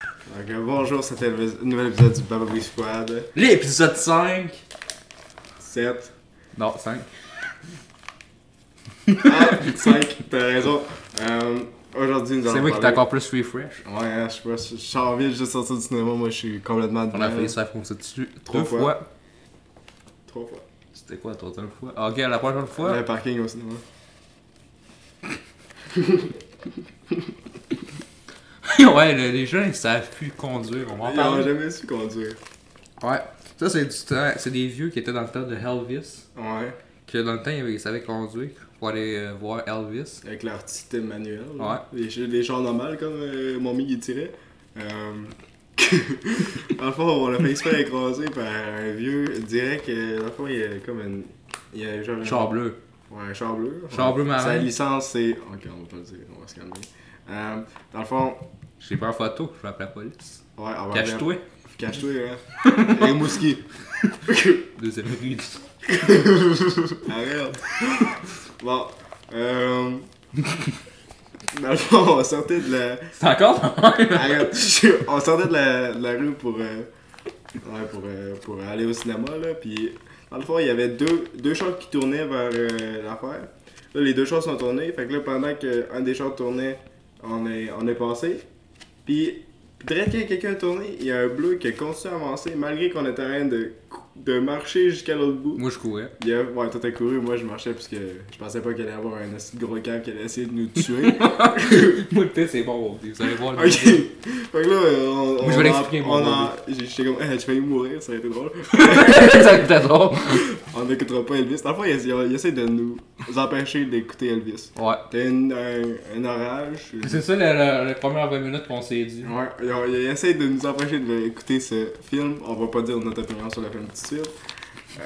Fait que bonjour, c'était le vis- nouvel épisode du Baba Booey Squad. L'épisode 5! 7, Non, 5. 5, Ah, t'as raison. Euh, Aujourd'hui, nous allons. C'est moi qui t'ai parler- encore plus refresh. Ouais, hein, je sais pas, je suis en ville, juste sorti du cinéma, moi je suis complètement On dedans. a failli se faire foncer dessus Trois trois fois. fois. Trois fois. C'était quoi la troisième fois? Ah, Ok, la prochaine Le fois. parking au cinéma. ouais, le- les gens ils savent plus conduire, on va en Ils n'ont parler. jamais su conduire. Ouais. Ça, c'est du temps. C'est des vieux qui étaient dans le temps de Elvis. Ouais, Que dans le temps, ils savaient conduire pour aller euh, voir Elvis. avec leur petit système manuel. là. Les, ch- les chars normales, comme euh, mon mig il tirait. Euh... dans le fond, on l'a failli se faire écraser par un vieux direct. euh, Dans le fond, il y a comme une. Il y a genre. une- Char bleu. Ouais, un char bleu. Char Ouais. bleu marin. Sa licence, c'est. Ok, on va pas le dire, on va se calmer. Euh, dans le fond, Je l'ai pris en photo, je vais appeler la police. ouais, on va. Cache-toi. Cache-toi, hein. Et Mouski. Deuxième rue. Arrête. Bon. Euh... Dans le fond, on sortait de la. C'est encore? Arrête. Ah, Je- On sortait de la, de la rue pour, euh, ouais, pour, euh, pour aller au cinéma, là. Puis, dans le fond, il y avait deux, deux chars qui tournaient vers euh, l'affaire. Là, les deux chars sont tournés. Fait que là, pendant qu'un des chars tournait, on est, on est passé. Puis, dès que quelqu'un a tourné, il y a un bleu qui a continué à avancer malgré qu'on était en train de, cou- de marcher jusqu'à l'autre bout. Moi, je courais. Il y a- ouais, toi t'as couru, moi je marchais parce que je pensais pas qu'il allait y avoir un assez gros cave qui allait essayer de nous tuer. Moi, le pire, c'est bon. Vous allez voir le Ok. Fait que là, euh, on. Moi, on je vais en- l'expliquer, moi, on moi, en- j'ai- J'étais comme, eh, j'ai failli mourir, ça a été drôle. Ça, c'était drôle. on n'écoutera pas Elvis. Dans le fond, il, il- il essaie de nous empêcher d'écouter Elvis. Ouais. T'as une- un, un orage. Puis C'est ça la, la, la première 20 minutes qu'on s'est dit. Ouais, il, il essaie de nous empêcher d'écouter ce film. On va pas dire notre opinion sur le film tout de suite. Euh,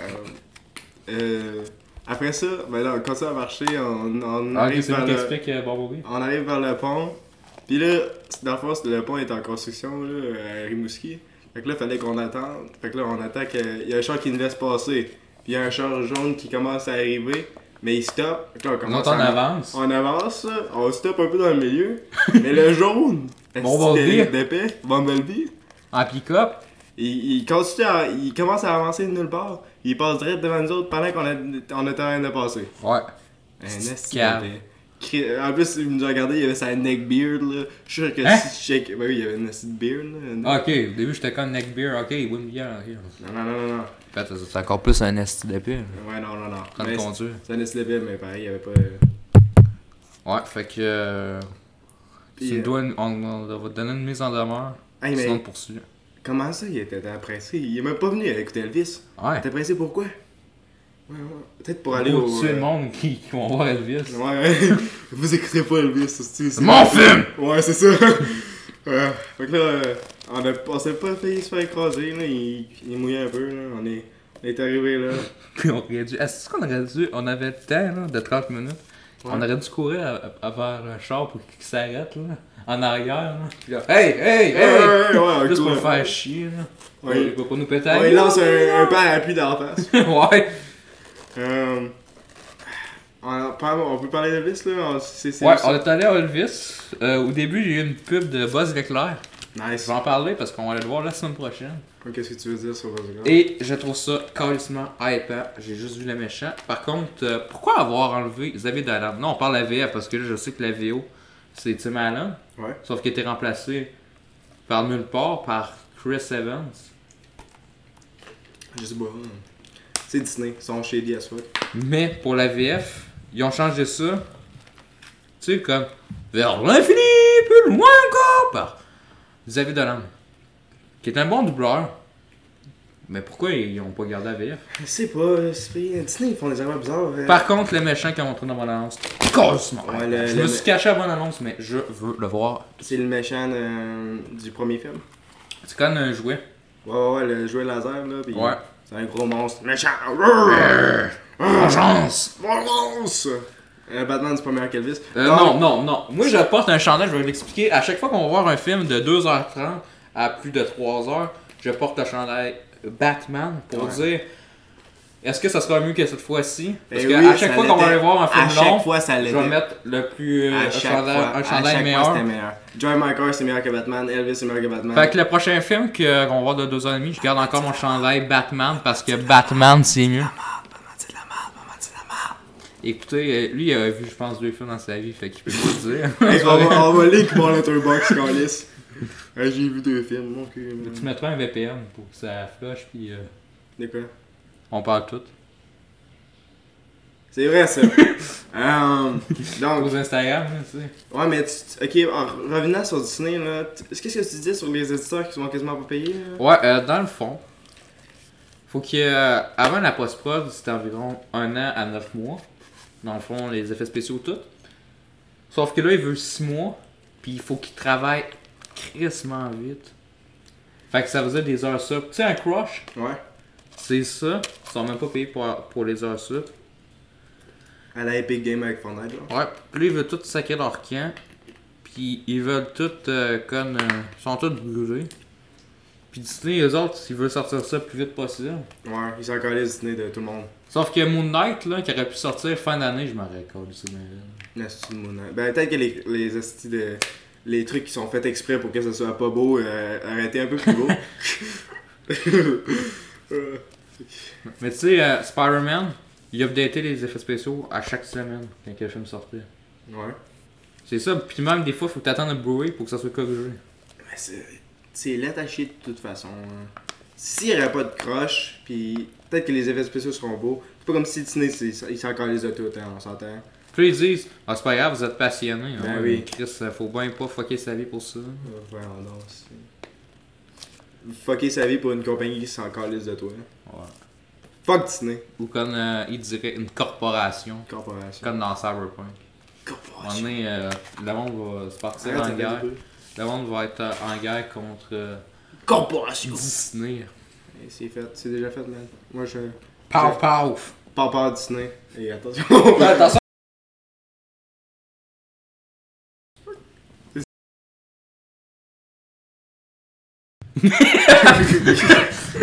euh, après ça, ben là, on continue à marcher, on, on Ah, ok, arrive c'est vers lui qui le- explique euh, Bumblebee. On arrive vers le pont. Puis là, dans le fond, le pont est en construction là, à Rimouski. Fait que là, fallait qu'on attende. Fait que là, on attend que- Il y a un char qui nous laisse passer. Puis il y a un char jaune qui commence à arriver. Mais il stoppe. Fait que là, on On commence entend en à- avance. On avance, là. on stoppe un peu dans le milieu. mais le jaune, Bumblebee. est d'épais, Bumblebee, En pick-up. il, il continue à- il commence à avancer de nulle part. Il passe direct devant nous autres pendant qu'on a- on était en train de passer. Ouais. Un Petite esti cave. d'épais. Eh, Cri- euh, En plus, il nous a regardé, il avait sa neck beard là. Je suis sûr que Hein? si je check. Ben oui, il avait une esti de beard là. une- ok, au début j'étais comme neckbeer, ok, win beer, ok. Non, non, non, non, non. En fait, c'est- c'est encore plus un esti de pire. Ouais, non, non, non. Train de Mais conduire. C'est un esti de beard, mais pareil, il avait pas. euh. Ouais, fait que. euh, Puis, tu euh, me dois une- on, on va te donner une mise en demeure. Hey, mais- sinon, on te poursuit. Comment ça, il était pressé Il est même pas venu à écouter Elvis. Ouais. T'es pressé pourquoi Ouais, ouais. Peut-être pour aller Aller au. euh, tuer le monde qui, qui vont voir Elvis. Ouais, vous écoutez pas Elvis, c'est C'est mon film! Ouais, c'est ça. Ouais. Fait que là, euh, on, a, on s'est pas fait se faire écraser, là. Il, il mouillait un peu, là. On est, on est arrivé là. Puis on aurait dû. Est-ce qu'on aurait dû. On avait le temps là, de 30 minutes. On aurait dû courir à, à- vers un char pour qu'il s'arrête là. En arrière là. Puis là, hey, hey, hey! Ouais, ouais, ouais, ouais, Juste pour ouais. le faire chier là. Ouais. Ouais. Pour, pour nous péter à Ouais, il lance un, un parapluie dans la face. ouais. Euh, on, on peut parler d'Elvis, là. On, c'est, c'est Ouais, juste- on est allé à Elvis. Euh, au début, j'ai eu une pub de Buzz l'éclair. Je Nice. vais en parler parce qu'on va le voir la semaine prochaine. Qu'est-ce que tu veux dire sur Rosegar? Et je trouve ça carrément hypant. J'ai juste vu le méchant. Par contre, euh, pourquoi avoir enlevé Xavier Dolan Non, on parle de la VF parce que là, je sais que la VO, c'est Tim Allen. Ouais. Sauf qu'il était remplacé par nulle part par Chris Evans. Je sais pas. hein. C'est Disney. Ils sont shady as fuck. Mais pour la VF, ils ont changé ça. Tu sais, comme vers l'infini, plus loin encore par Xavier Dolan, qui est un bon doubleur. Mais pourquoi ils n'ont pas gardé la VF Je sais pas. euh, C'est pas- Disney, ils font des affaires bizarres. euh. Par contre, le méchant qui a montré dans mon annonce, cosmo. Ouais, le- je le- me suis caché avant l'annonce, mais je veux le voir. C'est le méchant euh, du premier film. C'est comme un jouet. Ouais, ouais, ouais, le jouet laser, là. Pis Ouais. Euh. C'est un gros monstre. Méchant! Vengeance Gros monstre! Euh, Batman, c'est pas meilleur qu'Elvis. Euh, Ben non, non, non. Moi, je porte un chandail, je vais l'expliquer. À chaque fois qu'on va voir un film de 2h30 à plus de 3h, je porte le chandail Batman pour Ouais. dire Est-ce que ça sera mieux que cette fois-ci Parce Eh que oui, à chaque ça fois qu'on va l'était. aller voir un film À chaque long, fois, ça je l'était. vais mettre le plus euh, À un chaque chandail, fois, un à chandail chaque meilleur. fois, c'était meilleur. Joy Michael, c'est meilleur que Batman. Elvis, c'est meilleur que Batman. fait que le prochain film que- qu'on va voir de deux ans et demi, je garde encore mon chandail Batman parce que Batman c'est mieux. Maman, c'est de la merde. Maman, c'est de la merde. Écoutez, euh, lui il a vu je pense deux films dans sa vie, fait qu'il peut pas dire. Hey, on, va, on va link mon letterbox, Carlis. Hey, J'ai vu deux films, mon cul. man. tu mettras un VPN pour que ça flush puis euh, De quoi on parle tout. C'est vrai, ça. Euh, donc, Aux Instagram, là, tu sais. ouais, mais tu, tu- ok, en revenant sur Disney, là, tu- qu'est-ce que tu disais sur les éditeurs qui sont quasiment pas payés là? Ouais, euh, dans le fond, faut qu'il y ait, euh, avant la post-prod, c'était environ un an à 9 mois. Dans le fond, les effets spéciaux, tout. Sauf que là, il veut 6 mois, puis il faut qu'il travaille crissement vite. Fait que ça faisait des heures sup. Tu sais, un crush, Ouais. c'est ça. Ils sont même pas payés pour, pour les heures sup. À la Epic Game avec Fortnite, genre. Ouais, lui, il veut tout sacrer leur camp. Puis ils veulent tout euh, comme. euh, ils sont tous brûlés. Puis Disney, eux autres, ils veulent sortir ça le plus vite possible. Ouais, ils sont collés Disney de tout le monde. Sauf que Moon Knight, là, qui aurait pu sortir fin d'année, je m'en raccorde. c'est bien. La hostie de Moon Knight. Ben, peut-être que les, les hosties de. Les trucs qui sont faits exprès pour que ça soit pas beau, euh, arrêtez un peu plus beau. Euh, Mais tu sais, euh, Spider-Man, il updatait les effets spéciaux à chaque semaine quand le film sortait. ouais. C'est ça, puis même des fois, faut t'attendre à brewer pour que ça soit corrigé. Ben, c'est. C'est laid à chier de toute façon. hein. S'il n'y aurait pas de croche, puis peut-être que les effets spéciaux seront beaux. C'est pas comme si Disney, c'est- ils s'en collés de tout, hein, on s'entend. Puis là, ils disent, ah, c'est pas grave, vous êtes passionnés. Ben Ouais, oui. mais Chris, euh, faut bien pas fucker sa vie pour ça. Euh, Voyons donc. c'est- Fucker sa vie pour une compagnie qui s'en calisse de toi. hein. Ouais. Fuck Disney. Ou comme euh, ils diraient, une corporation. Corporation. Comme dans Cyberpunk. À un moment Corporation. donné, euh, le monde va se partir Ah, Arrête, ça en fait guerre. du bruit. Le monde va être euh, en guerre contre euh, Corporation. Disney. Et C'est fait, c'est déjà fait, man. Moi, je. Pow, pow! Pas peur de Disney. Et attention. Attention!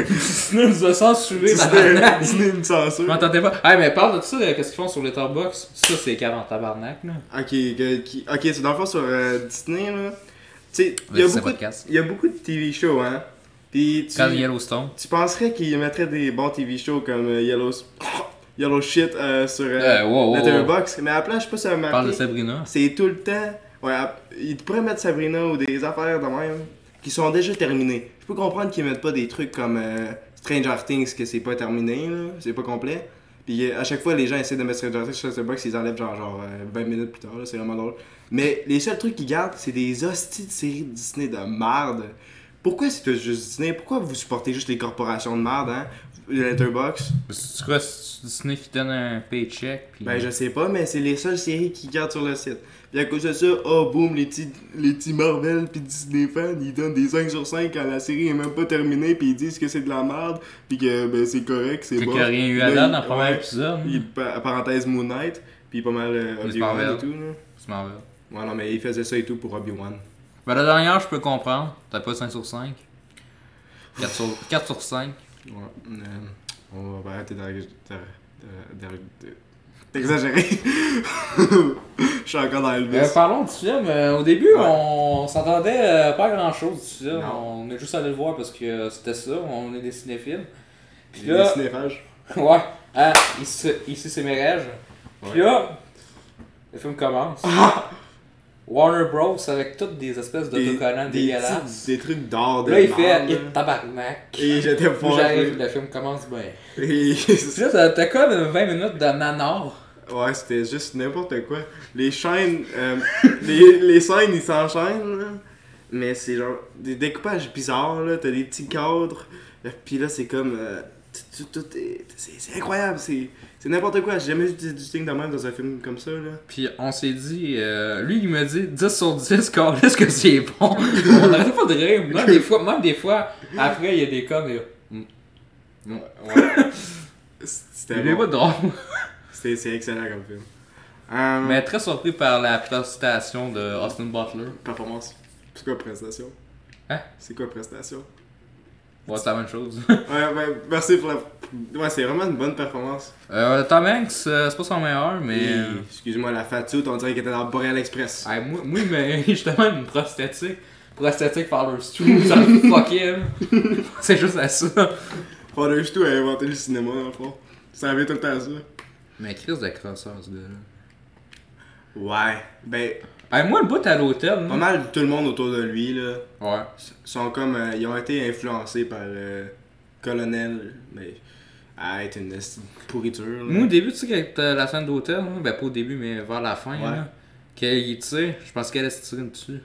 Disney nous a censuré Disney, tabarnak! Disney me Je censure. m'entendais pas. Ah, mais parle de ça, euh, qu'est-ce qu'ils font sur Letterboxd? Ça, c'est cave en tabarnak, là. Ok, que- qui- ok, c'est dans le fond sur euh, Disney, là. Tu sais, il y, a Vas-y, c'est beaucoup de- podcast. il y a beaucoup de TV shows, hein. Puis tu, Comme Yellowstone. tu penserais qu'ils mettraient des bons TV shows comme euh, Yellow, Yellow Shit euh, sur euh, Euh, wow, wow, wow. Letterboxd, mais à la place, je sais pas si ça a Parle de marqué. Sabrina. C'est tout le temps. Ouais, à- ils pourraient mettre Sabrina ou des affaires de même qui sont déjà terminées. Je peux comprendre qu'ils mettent pas des trucs comme euh, Stranger Things que c'est pas terminé, là, c'est pas complet. Puis euh, à chaque fois, les gens essaient de mettre Stranger Things sur Letterboxd, ils enlèvent genre, genre euh, 20 minutes plus tard, là, c'est vraiment drôle. Mais les seuls trucs qu'ils gardent, c'est des hosties de séries Disney de merde. Pourquoi c'est tous juste Disney Pourquoi vous supportez juste les corporations de merde, hein Le Letterboxd Tu crois que c'est Disney qui donne un paycheck? Puis... Ben, je sais pas, mais c'est les seules séries qu'ils gardent sur le site. Puis à cause de ça, oh boum, les petits, les petits Marvel puis Disney fans, ils donnent des 5 sur 5 quand la série est même pas terminée, puis ils disent que c'est de la merde, puis que ben, c'est correct, c'est Fait bon. qu'il y a rien eu à Là, dire dans il- le premier ouais, épisode. hein. il- pa- parenthèse Moon Knight, puis pas mal euh, Miss Obi-Wan Marvel. et tout. Là. C'est Marvel. Ouais, non, mais ils faisaient ça et tout pour Obi-Wan. Ben, la dernière, je peux comprendre. T'as pas 5 sur 5. 4 sur, 4 sur 5. Ouais. euh, on va arrêter d'ar- d'ar- d'ar- d'ar- d'exagérer. Je suis encore dans Elvis. parlons du film. Euh, au début, Ouais. on s'entendait euh, pas grand chose du film. Non. On est juste allé le voir parce que euh, c'était ça. On est des cinéphiles. Puis Les là, cinéphages. ouais. Ah, ici, ici c'est mes rêves. Puis là, le film commence. Warner Bros. avec toutes des espèces Des, d'autocollants des, dégueulasses. petits- des trucs d'or de Là, il merde, fait là. et tabarnak. Et j'étais Puis j'arrive, fâché. le film commence bien. Et- Puis là, t'as comme 20 minutes de nanar. ouais, c'était juste n'importe quoi. Les chaînes, euh, les, les scènes, ils s'enchaînent. là. Mais c'est genre des découpages bizarres, là. T'as des petits cadres. euh, Puis là, c'est comme. euh, tout- tout- tout est- c'est c'est incroyable. C'est c'est n'importe quoi. J'ai jamais vu du du thing de même dans un film comme ça, là. Puis on s'est dit, euh, lui il me dit 10 sur 10, quand est-ce que c'est bon? on n'arrête pas de rire. Même des fois, même des fois après il y a des coms et. Mm. Mm. C'était Il est bon. pas drôle. C'est c'est excellent comme film. Euh, Mais très surpris par la prestation de Austin Butler. Performance. C'est quoi prestation Hein? C'est quoi prestation Ouais, c'est la même chose. Ouais, ben, merci pour la Ouais, c'est vraiment une bonne performance. Euh, Tom Hanks, euh, c'est pas son meilleur, mais. Et, euh, Excuse-moi, la fatute, on dirait qu'elle était dans Boreal Express. hey, moi, moi, mais justement, une prosthétique. Prosthétique Father's True, ça me fuckait, là. C'est juste à ça. Father Stu a inventé Oh, le cinéma, dans le fond. Ça avait tout le temps à ça. Mais Chris de crosseur, ce gars-là. Ouais. Ben, Hey, moi, le bout à l'hôtel, pas moi. mal tout le monde autour de lui, là, Ouais. sont comme. euh, ils ont été influencés par le colonel. Mais. Ah, être une esti de pourriture, là. Moi, au début, tu sais, avec euh, la scène d'hôtel, là, ben pas au début, mais vers la fin, Ouais. là, quand il tire, je pense qu'elle se tire dessus.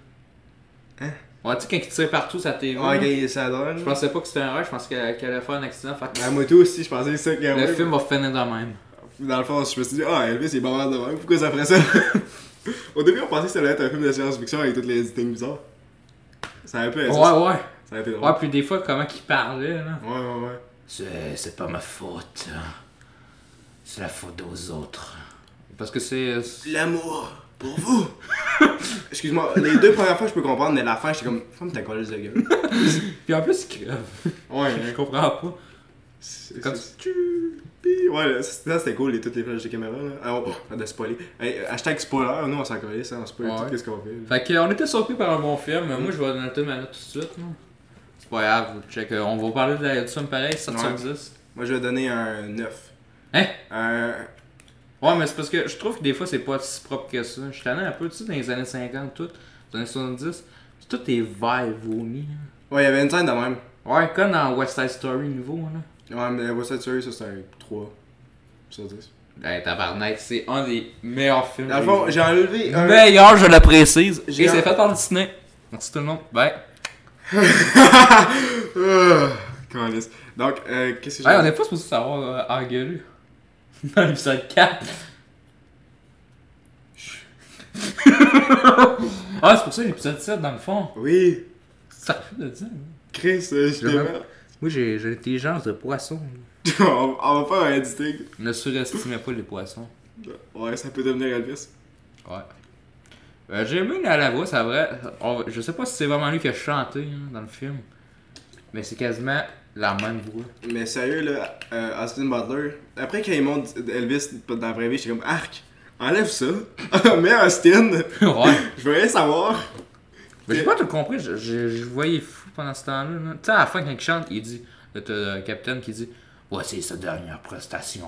Hein? Ouais, tu sais, quand il tire partout, ça t'est Ouais, gars, ça donne. Je pensais pas que c'était un rush, je pensais qu'elle qu'elle allait faire un accident. Fait que Ben, moi, tout aussi, je pensais que ça quand le même. film va finir de même. Dans le fond, je me suis dit, ah, Elvis, il est bavard de même, pourquoi ça ferait ça? Au début, on pensait que ça allait être un film de science-fiction avec toutes les editing bizarres. Ça a un peu Ouais, été ça. ouais. Ça a été drôle. Ouais, puis des fois, comment qu'il parlait, là. Ouais, ouais, ouais. C'est c'est pas ma faute. hein. C'est la faute aux autres. Parce que c'est. c'est- L'amour pour vous! Excuse-moi, les deux premières fois, je peux comprendre, mais la fin, j'étais comme, femme ta colise de gueule. Puis en plus, il crève. Ouais, Je ouais. comprends pas. C'est- Comme c'est- Pi- Ouais, là, ça ça, c'était cool, les, toutes les flashs de caméra, là. Ah, oh, oh, de spoiler. Hey, hashtag spoiler, nous, on s'en collait, ça, on spoil Ouais. tout qu'est-ce qu'on fait. là. Fait qu'on était surpris par un bon film. Moi, je vais donner ma note tout de suite. là. C'est pas grave, check. euh, On va parler de la du film pareil, 7 sur Ouais. 10. Moi, je vais donner un 9. Hein? Un. Ouais, mais c'est parce que je trouve que des fois, c'est pas si propre que ça. Je suis tanné un peu, tu sais, dans les années 50, tout, dans les années 70, tout est vert et vomi. là. Ouais, il y avait une scène de même. Ouais, comme dans West Side Story nouveau, là. Ouais, mais West Side Story, ça c'est un 3 sur 10. Hey, tabarnak, c'est un des meilleurs films. Dans le que j'ai fond, j'ai enlevé un. Meilleur, je le précise. J'ai Et c'est un- fait par Disney. Merci tout le monde. Ben, Bye. Ah, Comment est-ce? Donc, euh, qu'est-ce que j'ai. Hey, on n'est pas supposé savoir euh, engueulé. Dans l'épisode 4. ah, c'est pour ça l'épisode 7, dans le fond. Oui, Ça fait de dire. Chris, euh, je Je t'aime. Moi, j'ai j'ai l'intelligence de poisson. on, on va faire un editing. Ne surestimez pas les poissons. Ouais, ça peut devenir Elvis. Ouais. Euh, j'ai aimé la, la voix, c'est vrai. On va- je sais pas si c'est vraiment lui qui a chanté hein, dans le film. Mais c'est quasiment la même voix. Mais sérieux, là, euh, Austin Butler, après quand il monte Elvis dans la vraie vie, j'étais comme Arc, enlève ça, mets Austin, ouais. je veux rien savoir. Mais j'ai pas tout compris, je, je, je voyais fou pendant ce temps-là. là. Tu sais, à la fin, quand il chante, il dit, là, t'as le euh, capitaine qui dit Voici sa dernière prestation.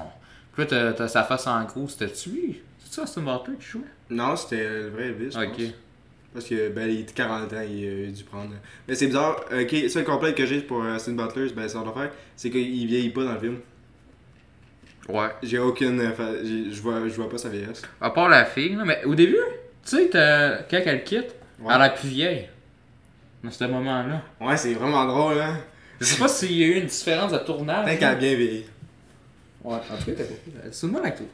Puis là, t'as- t'as sa face en gros, c'était-tu lui C'est-tu Austin Butler qui jouait Non, c'était le vrai Elvis. je Ok. pense. Parce que, ben, il était 40 ans, il a dû prendre. Mais c'est bizarre, ok, le seul complaint que j'ai pour Austin Butler, ben, sans l'affaire, c'est qu'il vieillit pas dans le film. Ouais. J'ai aucune. euh, fa- j'ai- Je vois, je vois pas sa vieillesse. À part la fille, là, mais au début, tu sais, t'as- quand elle quitte, Ouais. elle a plus vieille. Dans ce moment-là. Ouais, c'est vraiment drôle, hein. Je sais pas s'il y a eu une différence de tournage. Peut-être qu'elle a bien vieilli. Ouais, en tout cas, t'as euh, compris. C'est une bonne actrice.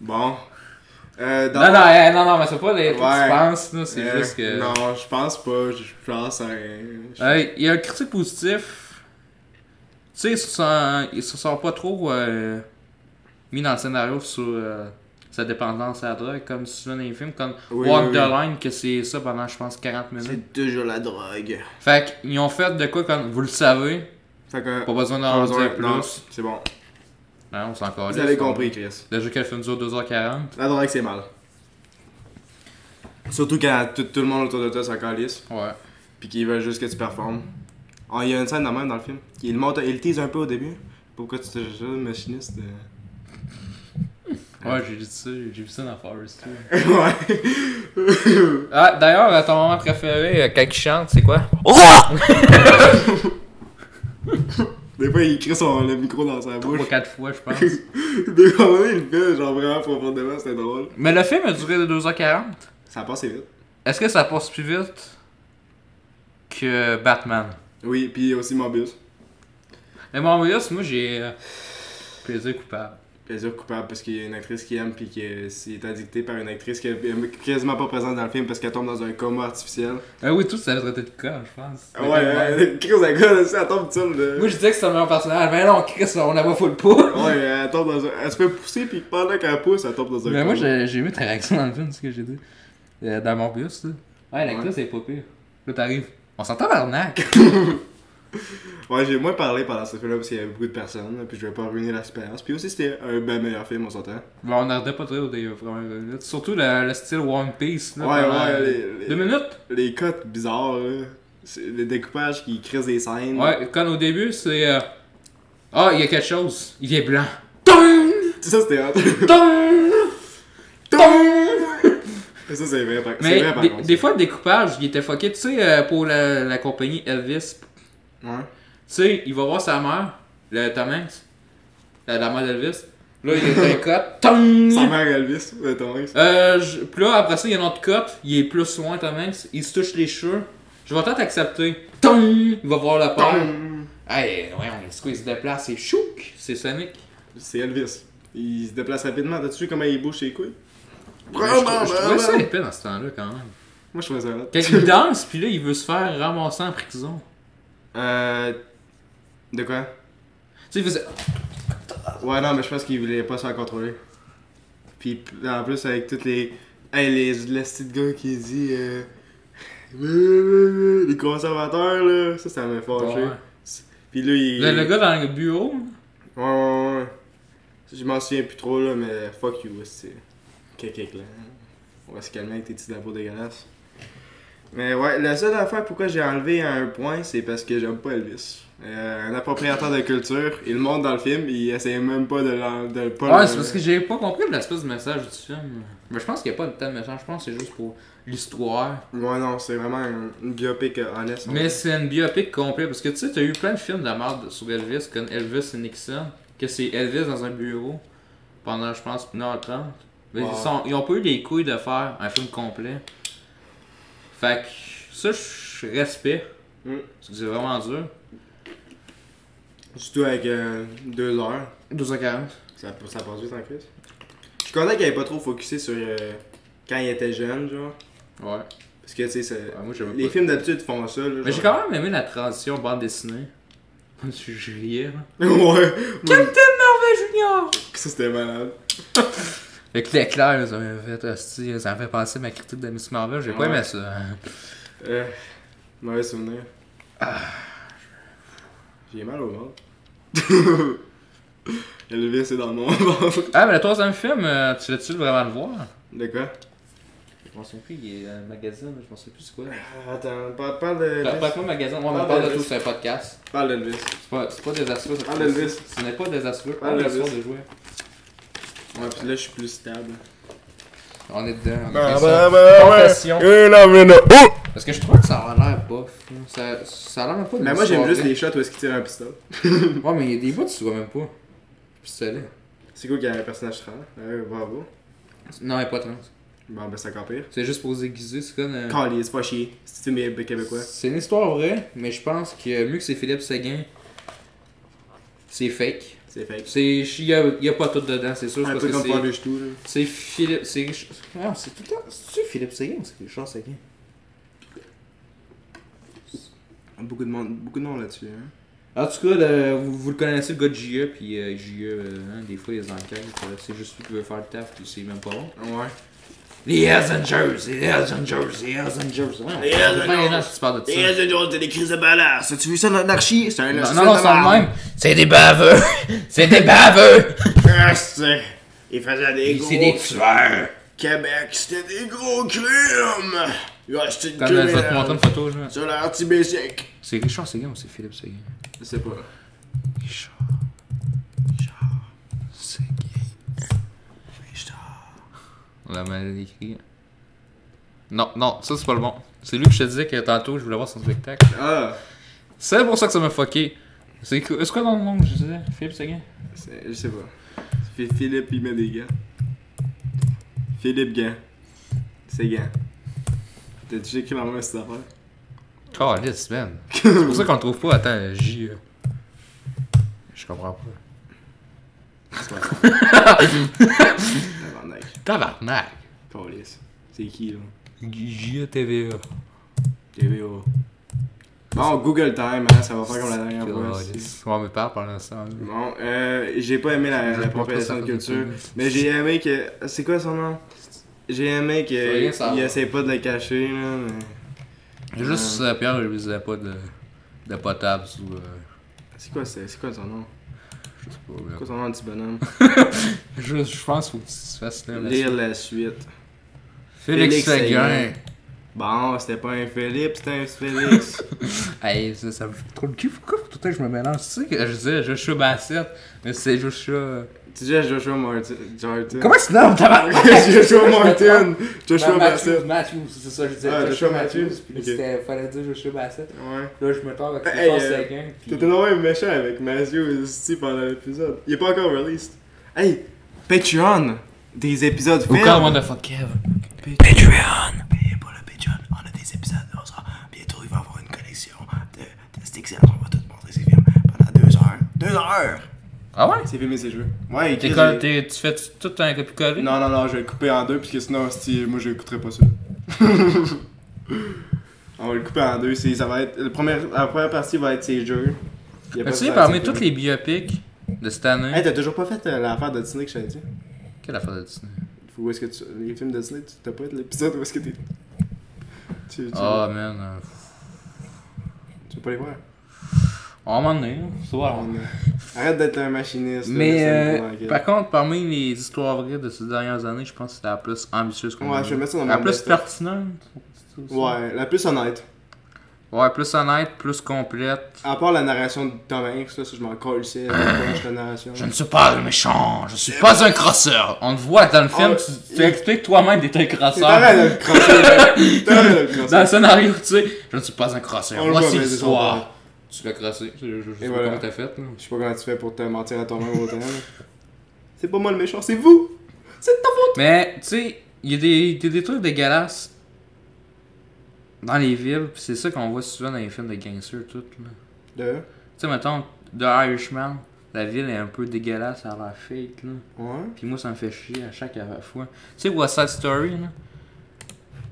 Bon. Euh, dans- Non, non, eh, non, non, mais c'est pas les Ouais. tu penses, là, c'est euh, juste que. Non, je pense pas. Je je pense à rien. Je- Euh, il y a un critique positif. Tu sais, ils se sont, ils se sont pas trop euh, mis dans le scénario sur euh, sa dépendance à la drogue, comme souvent dans les films, comme Oui, Walk oui, the oui. Line, que c'est ça pendant, je pense, 40 minutes. C'est toujours la drogue. Fait qu'ils ont fait de quoi, comme vous le savez, Fait que. pas besoin d'en Pas besoin- dire non, plus. c'est bon. Non, on s'en calisse, Vous avez on- compris, Chris. Déjà que le film dure 2h40. La drogue, c'est mal. Surtout quand tout, tout le monde autour de toi s'en calisse, Ouais. puis qu'ils veulent juste que tu performes. Oh, Il y a une scène de même dans le film. Il, monte, il tease un peu au début. Pourquoi tu te jettes machiniste euh. Ouais, j'ai dit ça, j'ai vu ça dans Forest. ouais. Ah, d'ailleurs, euh, ton moment préféré, euh, quand il chante, c'est quoi Oh! Des fois, il crie son, le micro dans sa bouche. 3-4 fois, je pense. Des fois, on est, il le fait, genre vraiment profondément, c'était drôle. Mais le film a duré 2h40. Ça passe vite. Est-ce que ça passe plus vite que Batman? Oui, puis aussi Mobius. Mais Morbius, moi j'ai euh, plaisir coupable. Plaisir coupable parce qu'il y a une actrice qui aime puis qui est addictée par une actrice qui est quasiment pas présente dans le film parce qu'elle tombe dans un coma artificiel. Ah oui, tout ça va traiter de con, je pense. Ouais, ouais, Chris, elle gueule, elle tombe tout seul. là. Ah Moi je disais que c'est le meilleur personnage, mais non, Chris, on la voit full pas. Ouais, elle tombe dans un... Elle se fait pousser puis pendant qu'elle pousse, elle tombe dans un Mais moi coma. j'ai j'ai aimé ta réaction dans le film, c'est ce que j'ai dit. Euh, dans Morbius, là. Ouais, l'actrice elle est pas pire. Là t'arrives. On s'entend barnac. Ouais, j'ai moins parlé pendant ce film-là parce qu'il y avait beaucoup de personnes, là, puis je vais pas ruiner l'expérience. Puis aussi, c'était un ben meilleur film, on s'entend. Bon, on n'arrêtait pas trop des vraiment des minutes. Surtout le, le style One Piece. Là, Ouais, pendant ouais, les- les- Deux minutes? Les cotes bizarres, là. C'est Le découpage qui crée des scènes. Ouais, quand au début, c'est. euh, Ah, il y a quelque chose. Il est blanc. Tung! Tout ça, c'était hot. Tung! Tung! ça, c'est vrai, par, c'est Mais vrai, par des, contre. des fois, le découpage, il était fucké. Tu sais, euh, pour la, la compagnie Elvis, tu Ouais. sais, il va voir sa mère, le Tom Hanks, la, la mère d'Elvis. Là, il est un cut. Tung! Sa mère Elvis, euh, ton ex. Euh, je- puis là, après ça, il y a un autre cut, il est plus loin, Tom Hanks, il se touche les cheveux. Je vais tant t'accepter. Tong! Il va voir la porte. Tom! Hey, ouais, on est il se déplace, c'est chouk! C'est Sonic. C'est Elvis. Il se déplace rapidement. T'as-tu vu comment il bouge ses couilles? Bah, je, trou- je trouvais ça épais dans ce temps-là, quand même. Moi, je trouvais ça hot. Quand il danse, puis là, il veut se faire ramasser en prison. Euh. De quoi? Tu sais, il faisait. Ouais, non, mais je pense qu'il voulait pas se faire contrôler. Puis p- en plus, avec toutes les. Hey, les, les petits gars qui dit. euh, Les conservateurs, là. Ça, ça m'a fâché. Ouais. Puis là, il. Le, le gars dans le bureau, Ouais, ouais, ouais. Je m'en souviens plus trop, là, mais fuck you, c'est. Quelqu'un là. On va se calmer avec tes petits lapos dégueulasses. Mais ouais, la seule affaire pourquoi j'ai enlevé un point, c'est parce que j'aime pas Elvis. Euh, un appropriateur de culture, il le montre dans le film, il essaye même pas de l'en- de pas Ouais, le- c'est parce que j'ai pas compris l'espèce de message du film. Mais je pense qu'il n'y a pas de tel message, je pense que c'est juste pour l'histoire. Ouais, non, c'est vraiment un- une biopic euh, honnête. Mais c'est une biopic complète parce que tu sais, t'as eu plein de films de la merde sur Elvis, comme Elvis et Nixon, que c'est Elvis dans un bureau pendant, je pense, 1h30. Mais Ouais. ils, sont, ils ont pas eu les couilles de faire un film complet. Fait que ça, je respecte. Mm. Parce que c'est vraiment dur. Surtout avec euh, deux heures, 12h40. ça, ça passe vite en crise. Je suis content qu'il ait pas trop focusé sur euh, quand il était jeune, genre. Ouais. Parce que, tu sais, c'est- Ouais, moi, j'aimais les pas. films d'habitude font ça, là. Mais j'ai genre. quand même aimé la transition bande dessinée. Je je riais. là. ouais, Captain Marvel Junior! ça c'était malade. Fait que l'éclair, ça m'a fait, hostie, ça m'a fait penser à ma critique de Miss Marvel, j'ai pas Ouais. aimé ça. hein. Euh, mauvais souvenir. Ah. J'ai mal au ventre. Elvis est dans mon ventre. Ah, mais le troisième film, euh, tu l'as-tu vraiment le voir? De quoi Je m'en souviens plus, il est un magazine, je m'en souviens plus c'est quoi. Euh, Attends, parle, parle de. Pas pas un magazine, moi, on Parle parle de d'Elvis. tout, c'est un podcast. Parle d'Elvis. C'est pas, c'est pas désastreux. Parle podcast. d'Elvis. Ce n'est pas désastreux, pas Parle désastreux d'Elvis. de jouer. Ouais, pis là je suis plus stable. On est dedans, on est Bah, bah, bien ça. bah, ouais. Confession. Eh, là, mais là. Oh! Parce que je trouve que ça a l'air bof. là. Ça, ça a l'air même pas de Mais moi j'aime juste les shots où est-ce qu'il tire un pistolet. Ouais, mais il y a des bouts, tu vois même pas. Pistolet. C'est cool qu'il y a un personnage trans. Euh, bravo. Non, elle est pas trans. Bon, ben c'est encore pire. C'est juste pour déguiser, c'est comme. euh, Callie, c'est pas chier. C'est une mes québécois. C'est une histoire vraie, mais je pense que mieux que c'est Philippe Seguin, c'est fake. C'est fake. C'est il y a, il y a pas tout dedans, c'est sûr Un parce peu que comme c'est Paul tout là. c'est Philippe c'est Rich- non, c'est tout le temps c'est Philippe Seguin ou c'est Richard Seguin. Beaucoup de monde, beaucoup de monde là-dessus, hein. En tout cas, le- vous, vous le connaissez le gars de JE puis euh, JE euh, hein, des fois les enquêtes, euh, c'est juste lui qui veut faire le taf puis c'est même pas bon. Ouais. Les Hells Angels, les Hells Angels, les Hells Angels. Ouais, Les Hells ça fait Angels. un an que tu parles de ça. Et de t'as des crises de balasse. As-tu vu ça dans l'anarchie? C'est un Non, non, non, c'est le même. C'est des baveux. C'est des baveux. Ah, c'est- Il faisait des gros. C'est des tueurs. Québec, c'était des gros crimes! Il a acheté une Comme euh, je vais te montrer criminelle une photo, là. sur l'artibésique. C'est Richard Seguin ou c'est Philippe Seguin Je sais pas. Richard. Richard. Seguin. Richard. On l'a mal écrit. Non, non, ça c'est pas le bon. C'est lui que je te disais que tantôt je voulais voir son spectacle. Ah! C'est pour ça que ça m'a fucké. C'est quoi, c'est quoi dans le nom que je disais Philippe Seguin c'est- Je sais pas. C'est Phi- Philippe, il met des gants. Philippe Gant. C'est Gant. T'as-tu écrit la même cette affaire? Calice, man. C'est pour ça qu'on le trouve pas. Attends, J. euh, Je comprends pas. C'est pas grave. Tabarnak. Tabarnak. Calisse. C'est qui, là? J. E TVA. TVO. Bon, Google Time, hein, ça va faire comme la dernière fois. c'est- Calice. Ouais, mais parle pendant ce temps. Bon, euh, j'ai pas aimé la, la propagation de culture, mais j'ai aimé que. C'est quoi son nom J'ai aimé C'est rien, ça que. Il va. essaie pas de le cacher, là. mais- Juste euh, Pierre, je lui disais pas de. de potable sous. euh, C'est quoi, c'est c'est quoi son nom je sais pas. là. C'est quoi son nom, petit bonhomme Je, je pense qu'il faut que tu te fasses là, la Lire la suite. Félix Félix Séguin. Seguin. Bon, c'était pas un Philippe, c'était un Félix. Hey, ça, ça me fait trop le cul. Pourquoi faut tout le temps que je me mélange? Tu sais que je disais Joshua Bassett, mais c'est Joshua. tu dis Joshua Martin. Martin. Comment tu nommes ta Joshua Martin. Joshua Bassett. Matthews, c'est ça, je disais. Ah, Joshua Matthews, Puis ok. c'était, fallait dire Joshua Bassett. Ouais. Là, je me tords avec Hey, Félix euh, Seguin. puis- T'étais donc même méchant avec Matthew aussi pendant l'épisode. Il est pas encore released. Hey, Patreon! Des épisodes Ou fermes. quand on a fuck Kev. Patreon. Payez pour le Patreon. On a des épisodes. On sera, bientôt, il va y avoir une collection de, de sticks. On va tout montrer ces films pendant deux heures. Deux heures! Ah ouais? C'est filmé, c'est joué. Ouais, T'es Chris, quoi, j'ai- t'es- tu fais tout un copier-coller? Non, non, non, je vais le couper en deux, parce que sinon, si, moi, je l'écouterai pas ça. on va le couper en deux. c'est- Ça va être, le premier, la première partie va être ses jeux. Il y a pas Mais de tu sais, partie parmi de- toutes les biopics de cette année. Hey, t'as toujours pas fait euh, l'affaire de Disney que je t'avais dit? Quelle affaire de Disney? Où est-ce que tu... Les films de Disney, tu- t'as pas fait l'épisode où est-ce que t'es... Tu, tu, Ah, man. euh, tu veux pas les voir? On va m'en donner, là. C'est bon. Arrête d'être un machiniste. là, Mais laisse-le euh, tranquille. par contre, parmi les histoires vraies de ces dernières années, je pense que c'est la plus ambitieuse qu'on Ouais, a je eue. vais mettre ça dans La ma plus liste. pertinente. aussi. Ouais, la plus honnête. Ouais, plus honnête, plus complète. À part la narration de Tom Hanks, là, ça, je m'en colle, c'est la narration. Je ne suis pas un méchant, je suis pas un crosseur. On le voit dans le film, Ah, tu, tu il- expliques toi-même d'être un crosseur. T'arrêtes de le crosser, là. T'arrêtes de le crosser. Dans le scénario, tu sais, je ne suis pas un crosseur. On le Voici voit, mais l'histoire. Tu l'as crossé, je, je- je sais pas voilà. comment t'as fait. là. Je sais pas comment tu fais pour te mentir à toi-même autant. là. C'est pas moi le méchant, c'est vous! C'est de ta faute! Mais, tu sais, il y a des, des, des trucs dégueulasses dans les villes, pis c'est ça qu'on voit souvent dans les films de gangsters, tout. là. De? Tu sais, mettons, The Irishman, la ville est un peu dégueulasse à la fake, là. Ouais. Pis moi, ça me fait chier à chaque fois. Tu sais, West Side Story, là.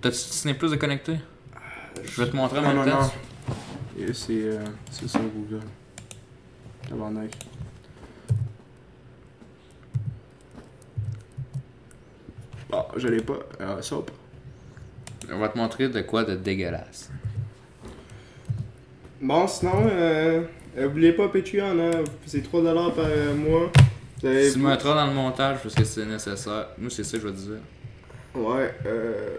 T'as-tu Disney Plus de connecté? Je vais te montrer en Non, même non, temps. non. Et c'est. euh, c'est ça, Google. Tabarnak. Bon, je l'ai Ah, pas. Euh, ça pas. On va te montrer de quoi de dégueulasse. Bon, sinon, euh, oubliez pas Patreon, hein. C'est 3$ par euh, mois. Euh, Vous avez- Tu me mettras dans le montage parce que c'est nécessaire. Moi, c'est ça que je vais te dire. Ouais, euh.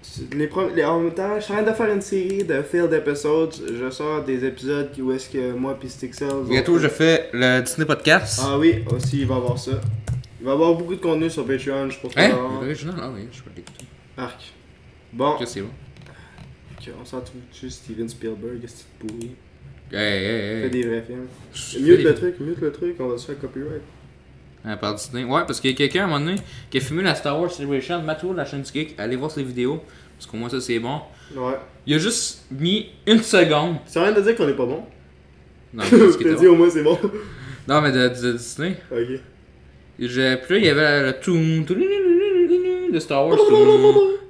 c'est- Les pro- les- en même temps, je suis en train de faire une série de field episodes. Je sors des épisodes où est-ce que moi pis Stixel. Bientôt, je fais le Disney Podcast. Ah oui, aussi, il va y avoir ça. Il va y avoir beaucoup de contenu sur Patreon, je pense. Hein? que L'original, ah oui, je vais l'écouter. Arc. Bon, Ok, c'est bon. ok, on s'en trouve dessus, Steven Spielberg, qu'est-ce que tu pourris. Hey, hey, Fais hey. des vrais films. Je Mute fais- le truc, mute le truc, on va se faire copyright. Ah, par Disney. Ouais, parce qu'il y a quelqu'un à un moment donné qui a filmé la Star Wars Celebration, Matou, la chaîne du geek, allez voir ses vidéos, parce qu'au moins ça c'est bon. Ouais. Il a juste mis une seconde. Ça veut rien de dire qu'on est pas bon. Non, Ah, mais, c'est Je ce qu'il te était dis, bon. au moins, c'est bon. ok. non, mais de, de Disney. Je, puis là, il y avait le tout de Star Wars.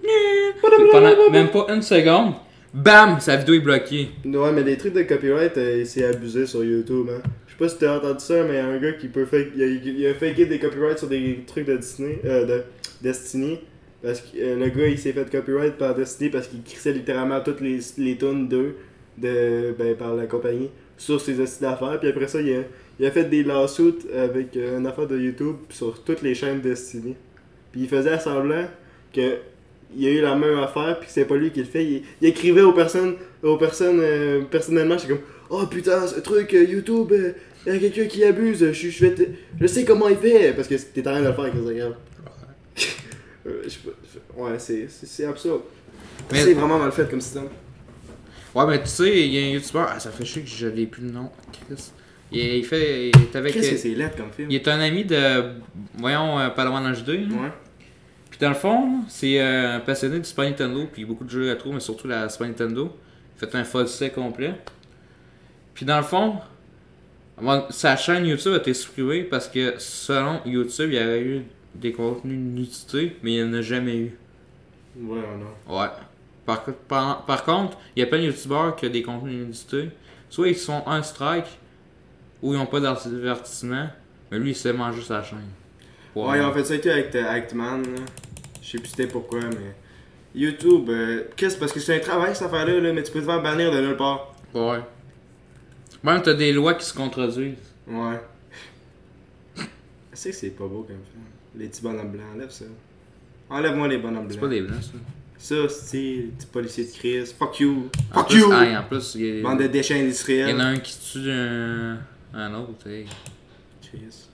Puis Pendant même pas une seconde, bam, sa vidéo est bloquée. Ouais, mais les trucs de copyright, euh, c'est abusé sur YouTube, hein. Je sais pas si t'as entendu ça, mais y a un gars qui peut fake. Il a, il a faké des copyrights sur des trucs de Disney. euh, de Destiny. Parce que euh, le gars, il s'est fait copyright par Destiny parce qu'il crissait littéralement toutes les, les tunes d'eux, de, ben, par la compagnie, sur ses assises d'affaires. Puis après ça, il a, il a fait des lawsuits avec euh, une affaire de YouTube sur toutes les chaînes Destiny. Puis il faisait semblant que il a eu la même affaire, puis c'est pas lui qui le fait. Il, il écrivait aux personnes, aux personnes euh, personnellement, j'étais comme Oh putain, ce truc euh, YouTube, euh, il y a quelqu'un qui abuse, je, suis- je, vais te- je sais comment il fait, parce que t'es en train de le faire avec Instagram. Euh, je sais pas, je- ouais, c'est- c'est c'est absurde. Mais- C'est vraiment mal fait comme système. Ouais, mais tu sais, il y a un YouTuber, ah, ça fait chier que je l'ai plus le nom. Chris. Il, il fait. Il est avec. euh, Qu'est-ce que c'est laid comme film? Il est un ami de. Voyons, euh, Padawan HD. là. Ouais. Puis dans le fond, là, c'est euh, un passionné du Super Nintendo, puis beaucoup de jeux rétro, mais surtout la Super Nintendo. Il fait un full set complet. Puis dans le fond, avant- sa chaîne YouTube a été supprimée parce que selon YouTube, il y avait eu des contenus de nudité, mais il n'y en a jamais eu. Ouais, non. Ouais. Par, co- par, par contre, il y a plein de youtubeurs qui ont des contenus de nudité. Soit ils sont un strike, ou ils n'ont pas d'avertissement, mais lui, il sait manger sa chaîne. Ouais, ils ont fait ça avec euh, Actman. là. Je sais plus c'était pourquoi, mais. YouTube, euh, qu'est-ce parce que c'est un travail cette affaire-là, là, mais tu peux te faire bannir de nulle part. Ouais. Même t'as des lois qui se contredisent. Ouais. Je sais que c'est pas beau comme film. Les petits bonhommes blancs, enlève ça. Enlève-moi les bonhommes C'est pas blancs. des blancs, ça. Ça, c'est les petits policiers de crise. Fuck you. En Fuck plus- you. hey, en plus, il y, a- Bande de déchets il y en a industriels. un qui tue un, un autre, hey. Chris.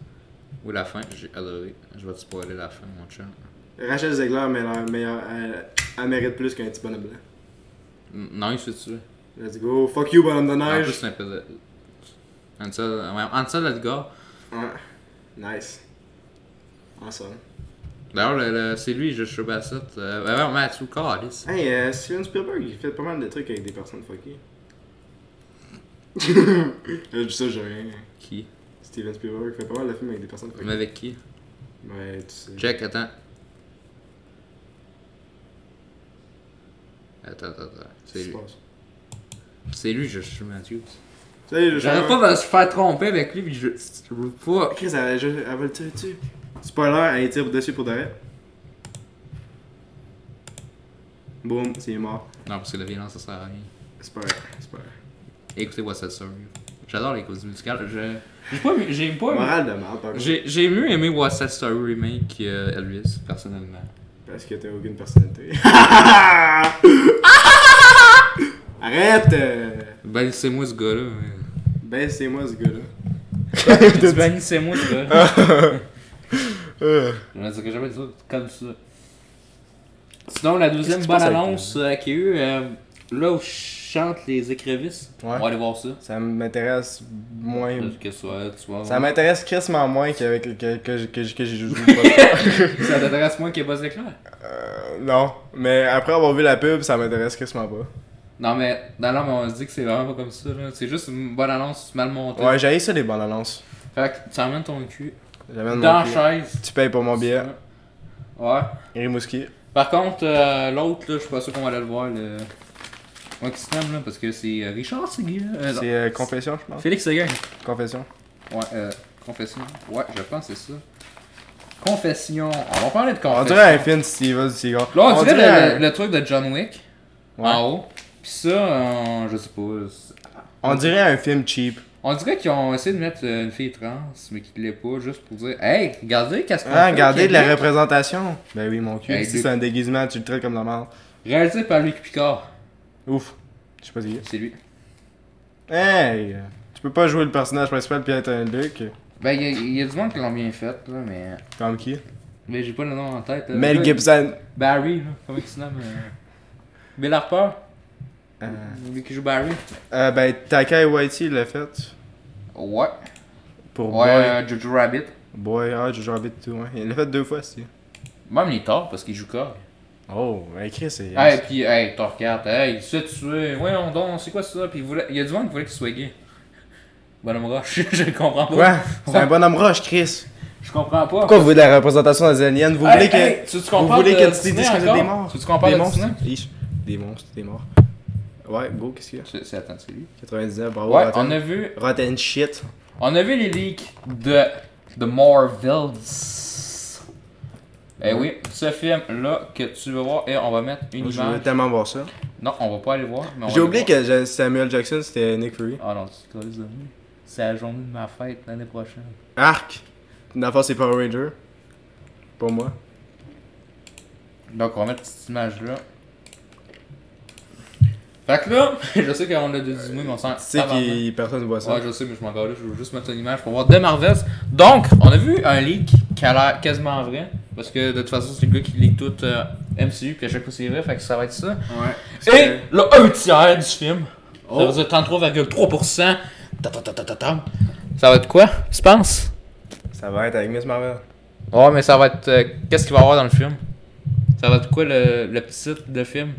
Ou la fin, j'ai adoré. Je vais te spoiler la fin, mon chat. Rachel Zegler, mais elle, mais elle- elle mérite plus qu'un petit bonhomme blanc. Non, il se fait tuer. Let's go. Fuck you, bonhomme de En plus, neige. c'est un peu de... Ansel, ouais, Ansel Elgort. Ouais. Nice. Awesome. D'ailleurs, le- le- c'est lui, Joshua Bassett. Euh, ouais, ouais, Matthew Carlis. Hey, euh, Steven Spielberg, il fait pas mal de trucs avec des personnes fuckées. Je dis ça, j'ai rien. Qui Steven Spielberg fait pas mal de films avec des personnes Mais fuckées. avec qui Ouais, tu sais. Check, attends. Attends, attends, attends. C'est Qu'est-ce qui se lui. passe? C'est lui, Joshua Matthews. Salut, je J'aurais pas à se faire tromper avec lui, puis je. Je veux pas. Chris, elle, je- elle va le tirer dessus. Spoiler, elle tire dessus pour de vrai. Boum, c'est mort. Non, parce que la violence, ça sert à rien. C'est pas vrai, c'est pas vrai. Écoutez What's That Story. J'adore les comédies musicales. Je- J'ai pas. aimé- J'ai pas. aimé- Morale de merde, par contre. J'ai j'ai mieux aimé What's That Story Remake qu'Elvis, personnellement. Parce que t'as aucune personnalité. Arrête! euh, Bannissez-moi Ben, ce gars-là. mais- Ben, c'est moi ce gars-là. Tu Bannissez-moi ce gars-là. Je me dirais jamais ça comme ça. Sinon, la Qu'est-ce deuxième qui se bonne passe avec annonce euh, qu'il y a eu, euh, là où chantent les écrevisses, Ouais. on va aller voir ça. Ça m'intéresse moins. Peut-être Que soit, tu vois, Ça ouais. m'intéresse crissement moins qu'avec le- que, que, que, que j'ai joué pas. ça t'intéresse moins qu'il y ait pas d'éclair. Euh, non, mais après avoir vu la pub, ça m'intéresse crissement pas. Non, mais dans l'âme, on dit que c'est vraiment pas comme ça. là. C'est juste une bonne annonce mal montée. Ouais, j'ai ça les bonnes annonces. Fait que tu emmènes ton cul J'amène dans mon la cul. chaise. Tu payes pour mon billet. Ouais. Rimouski. Par contre, euh, l'autre, là, je suis pas sûr qu'on va aller le voir. Le... Moi qui se nomme, là, parce que c'est euh, Richard Seguin. là. Euh, non. C'est euh, Confession, je pense. Félix Seguin. Confession. Ouais, euh, Confession. Ouais, je pense que c'est ça. Confession. On va parler de On confession. dirait un film Steven du cigare. Là, on, dirait, le- un- le, truc de John Wick. Ouais. En haut. Puis ça, euh, je sais pas. c'est- on dirait un film cheap. On dirait qu'ils ont essayé de mettre euh, une fille trans, mais qu'ils l'est pas, juste pour dire Hey, regardez qu'est-ce qu'on Ah, fait au regardez de la Québec. représentation. Ben oui, mon cul. Hey, si Luc. c'est un déguisement, tu le traites comme la merde. Réalisé par Luc Picard. Ouf. Je sais pas si. C'est lui. Hey! euh, Tu peux pas jouer le personnage principal puis être un Luc. Ben, il y, a- il y a du monde qui l'ont bien fait, là, mais. Comme Euh, qui? Mais j'ai pas le nom en tête. là. Mel Là, Gibson. Barry, là, comment il se nomme euh, Bill Harper, Euh, lui qui joue Barry. euh, ben, Takai Waititi l'a fait. Ouais. Pour Ouais, euh, Jojo Rabbit. Boy. Boy, ah, j'ai envie de tout, hein. Il l'a fait deux fois, c'est. Même les torts, parce qu'il joue corps. Oh, ben Chris, c'est. Hey, puis, hey, Thor 4, hey, il se tué. Voyons donc, c'est quoi ça Puis, il voulait- il y a du monde qui voulait qu'il soit gay. Bonhomme roche, je comprends pas. Quoi? C'est un bonhomme roche, Chris. Je comprends pas. Pourquoi vous voulez de la représentation des aliens? Vous Hey, voulez que. hey, tu veux qu'on vous parle voulez de que tu Disney dises que c'est encore? des morts? Tu veux qu'on parle des de monstres? Disney? Ich. Des monstres, des morts. Ouais, beau, qu'est-ce qu'il y a? C'est, c'est- attends, c'est lui. 99, bravo. Ouais, rotten, on a vu, rotten shit. on a vu les leaks de The Marvels. Eh oui, ce film-là que tu veux voir, et on va mettre une Je veux image. tellement voir ça. Non, on va pas aller voir. mais on va J'ai aller oublié voir. que je- Samuel Jackson c'était Nick Fury. Ah non, tu te colles de moi. C'est la journée de ma fête l'année prochaine. Arc! Dans le fond, c'est Power Ranger. Pour moi. Donc, on va mettre cette image-là. Fait que là, je sais qu'on a des Disney, mais on s'en. Tu sais que personne ne voit ça. Ouais, je sais, mais je m'en garde là. Je veux juste mettre une image pour voir The Marvels. Donc, on a vu un leak qui a l'air quasiment vrai. Parce que de toute façon, c'est le gars qui leak tout euh, MCU, puis à chaque fois c'est vrai, fait que ça va être ça. Ouais. Et le un tiers du film, Oh. ça veut dire 33,3%. Ta, ta, ta, ta, ta, ta. Ça va être quoi, tu penses Ça va être avec Miss Marvel. Ouais, mais ça va être. euh, Qu'est-ce qu'il va y avoir dans le film Ça va être quoi le, le petit titre de film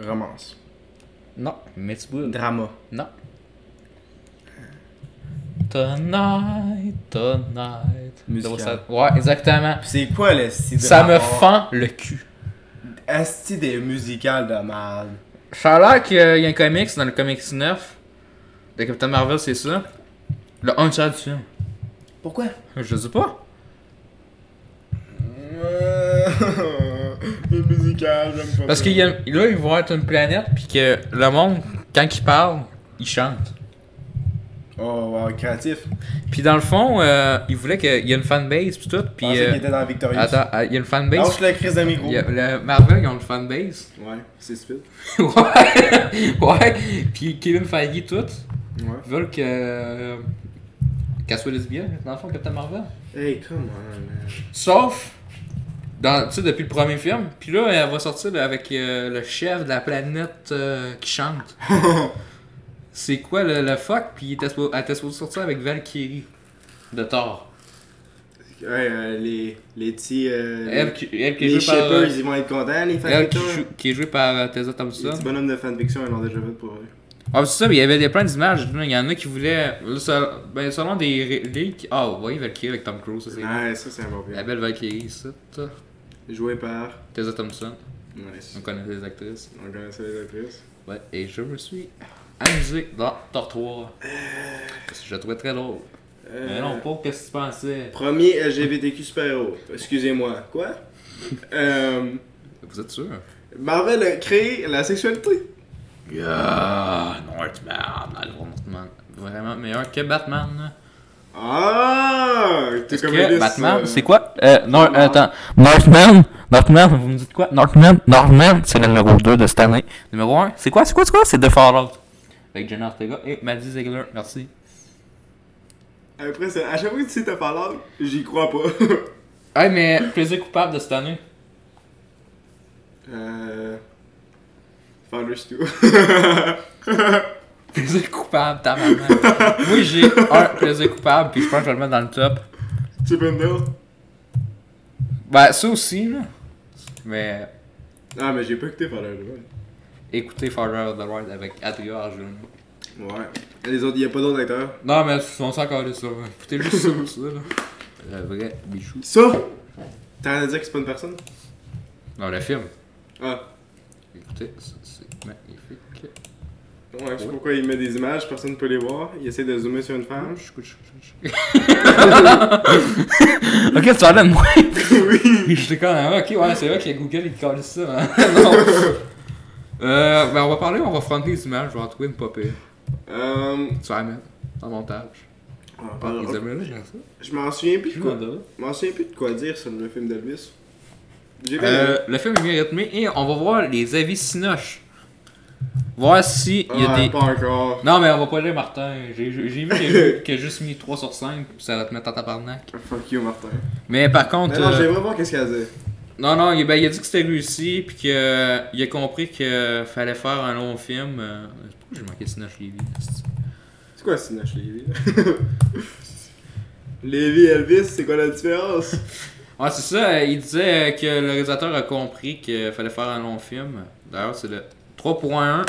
Romance. Non. Mitzwood. Drama. Non. Tonight, tonight. Musical. Zéro sept. Ouais, exactement. Pis c'est quoi le style Ça me fend le cul. Asti des musicales de merde. Ça a l'air qu'il y a un comics dans le comics 9 de Captain Marvel, c'est ça. Le 1 tiers du film. Pourquoi? Je sais pas. les musicales, j'aime pas. Parce qu'il y a, là, ils vont être une planète, puis que le monde, quand il parle, il chante. Oh, wow, créatif. Puis dans le fond, euh, il voulait qu'il y ait une fanbase, puis tout. Je Puis. pensais euh, qu'il était dans Victorious. attends, ah, il y a une fanbase. Lâche la crise de micro. Il y a- le Marvel, ils ont une fanbase. Ouais, c'est stupide. ouais. Ouais. Puis Kevin Feige, tout. Ouais. Ils veulent que. euh, qu'elle soit lesbienne, dans le fond, Captain Marvel. Hey, come on, man. Sauf. Dans, tu sais, depuis le premier film. Puis là, elle va sortir là, avec euh, le chef de la planète euh, qui chante. C'est quoi le, le fuck? Puis il était suppo- elle était supposée sortir avec Valkyrie de Thor. Ouais, euh, les, les petits. euh, Elle qui, elle qui est les jouée par. shippers, euh, ils vont être contents, les Elle qui, fanficteurs. joue- qui est jouée par euh, Tessa Les Thompson. petits bonhommes de fanfiction, ils l'ont déjà fait pour eux. Ah, c'est ça, mais il y avait des plein d'images. là. Il y en a qui voulaient. là, ça- ben, selon des ré- leaks. Ah, oui, Valkyrie avec Tom Cruise, ça c'est. Ouais, ça, c'est un bon La film. belle Valkyrie, ça. ça. Joué par. Tessa Thompson. Nice. On connaît les actrices. On connaissait les actrices. Ouais, et je me suis amusé dans Thor 3. Parce que je le trouvais très drôle. Euh, Mais non, pas qu'est-ce que tu pensais. Premier LGBTQ super-héros. Excusez-moi. Quoi euh, Vous êtes sûr? Marvel a créé la sexualité. Yeah, Northman. Alors, Ah, Northman. Vraiment meilleur que Batman. là. Ah T'es Parce comme que Batman, euh, c'est quoi? Euh, Nor- Batman. euh, attends, Northman, Northman, vous me dites quoi? Northman, Northman, c'est le numéro 2 de cette année. Numéro 1, c'est quoi? C'est quoi? C'est quoi? C'est The Fallout. Avec Jenna Ortega et Maddie Ziegler, merci. euh, Après, c'est- à chaque fois que tu t'as parlé, j'y crois pas. Ouais, mais plaisir coupable de cette année. euh. Founders 2. Plaisir coupable, ta maman. Moi, j'ai un plaisir coupable, puis je pense que je vais le mettre dans le top. Chip and Dale. Ben, ça aussi, là. Mais Ah, mais j'ai pas écouté Founders 2. écoutez Father of the Wild avec Adria Arjun. Ouais. Et Les autres, y a pas d'autres acteurs. Non, mais on s'en calait ça. là. Écoutez juste ça, ça, là. Le vrai bijou. Ça T'as rien à dire que c'est pas une personne Non, le film. Ah. Écoutez, ça, c'est magnifique. Ouais, je sais pas pourquoi il met des images, personne peut les voir. Il essaie de zoomer sur une femme. ok, tu parlais de moi. oui. J'étais quand même. Ok, ouais, c'est vrai qu'il y a Google qui colle ça. hein. non. Euh, ben on va parler, on va fronter les images, je vais en trouver une popée. Euh. Tu vas la mettre en montage. ah, Ils pardon. aimeraient bien ça. Je m'en souviens plus de Quoi quoi. d'autre? Je m'en souviens plus de quoi dire sur le film d'Elvis. J'ai Euh, le film est bien rythmé et on va voir les avis sinoches. Voir si il y a Ah, des. pas encore. Non, mais on va pas lire Martin. J'ai j'ai vu qu'il y a- qu'il a juste mis 3 sur 5, ça va te mettre en tabarnak. Fuck you, Martin. Mais par contre. Mais non, euh, j'aimerais voir qu'est-ce qu'elle dit. Non, non, il, ben, il a dit que c'était réussi, puis qu'il a compris qu'il fallait faire un long film. euh, Pourquoi j'ai manqué Sinoche Lévy esti? C'est quoi Sinoche Lévy là? Lévy Elvis, c'est quoi la différence Ah, c'est ça, euh, il disait euh, que le réalisateur a compris qu'il fallait faire un long film. D'ailleurs, c'est le 3.1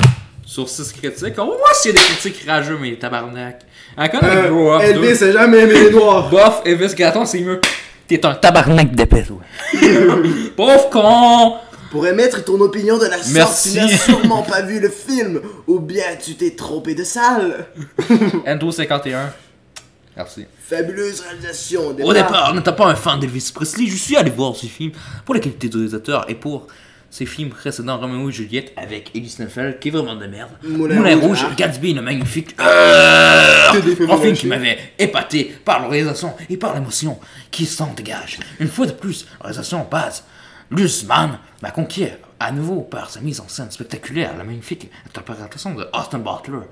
sur 6 critiques. On va voir s'il y a des critiques rageux, mais tabarnak. Encore avec Euh, Grow Up. Elvis a jamais aimé les deux. noirs. Bof, Elvis Gaton, c'est mieux. T'es un Tabarnak d'épais, ouais. pauvre con! Pour émettre ton opinion de la sorte, Merci. tu n'as sûrement pas vu le film, ou bien tu t'es trompé de salle. Endo 51. Merci. Fabuleuse réalisation Au départ, n'étant pas un fan d'Elvis Presley, je suis allé voir ce film pour la qualité de réalisateur et pour ses films précédents Roméo et Juliette avec Ellis Neffel, qui est vraiment de merde. Moulin Moulin, Rouge, Rouge, Arc. Gatsby, une magnifique. Euh, Que des films un film lâchés. qui m'avait épaté par l'organisation et par l'émotion qui s'en dégage. Une fois de plus, l'organisation passe. Lussmann m'a conquis à nouveau par sa mise en scène spectaculaire, la magnifique interprétation de Austin Butler.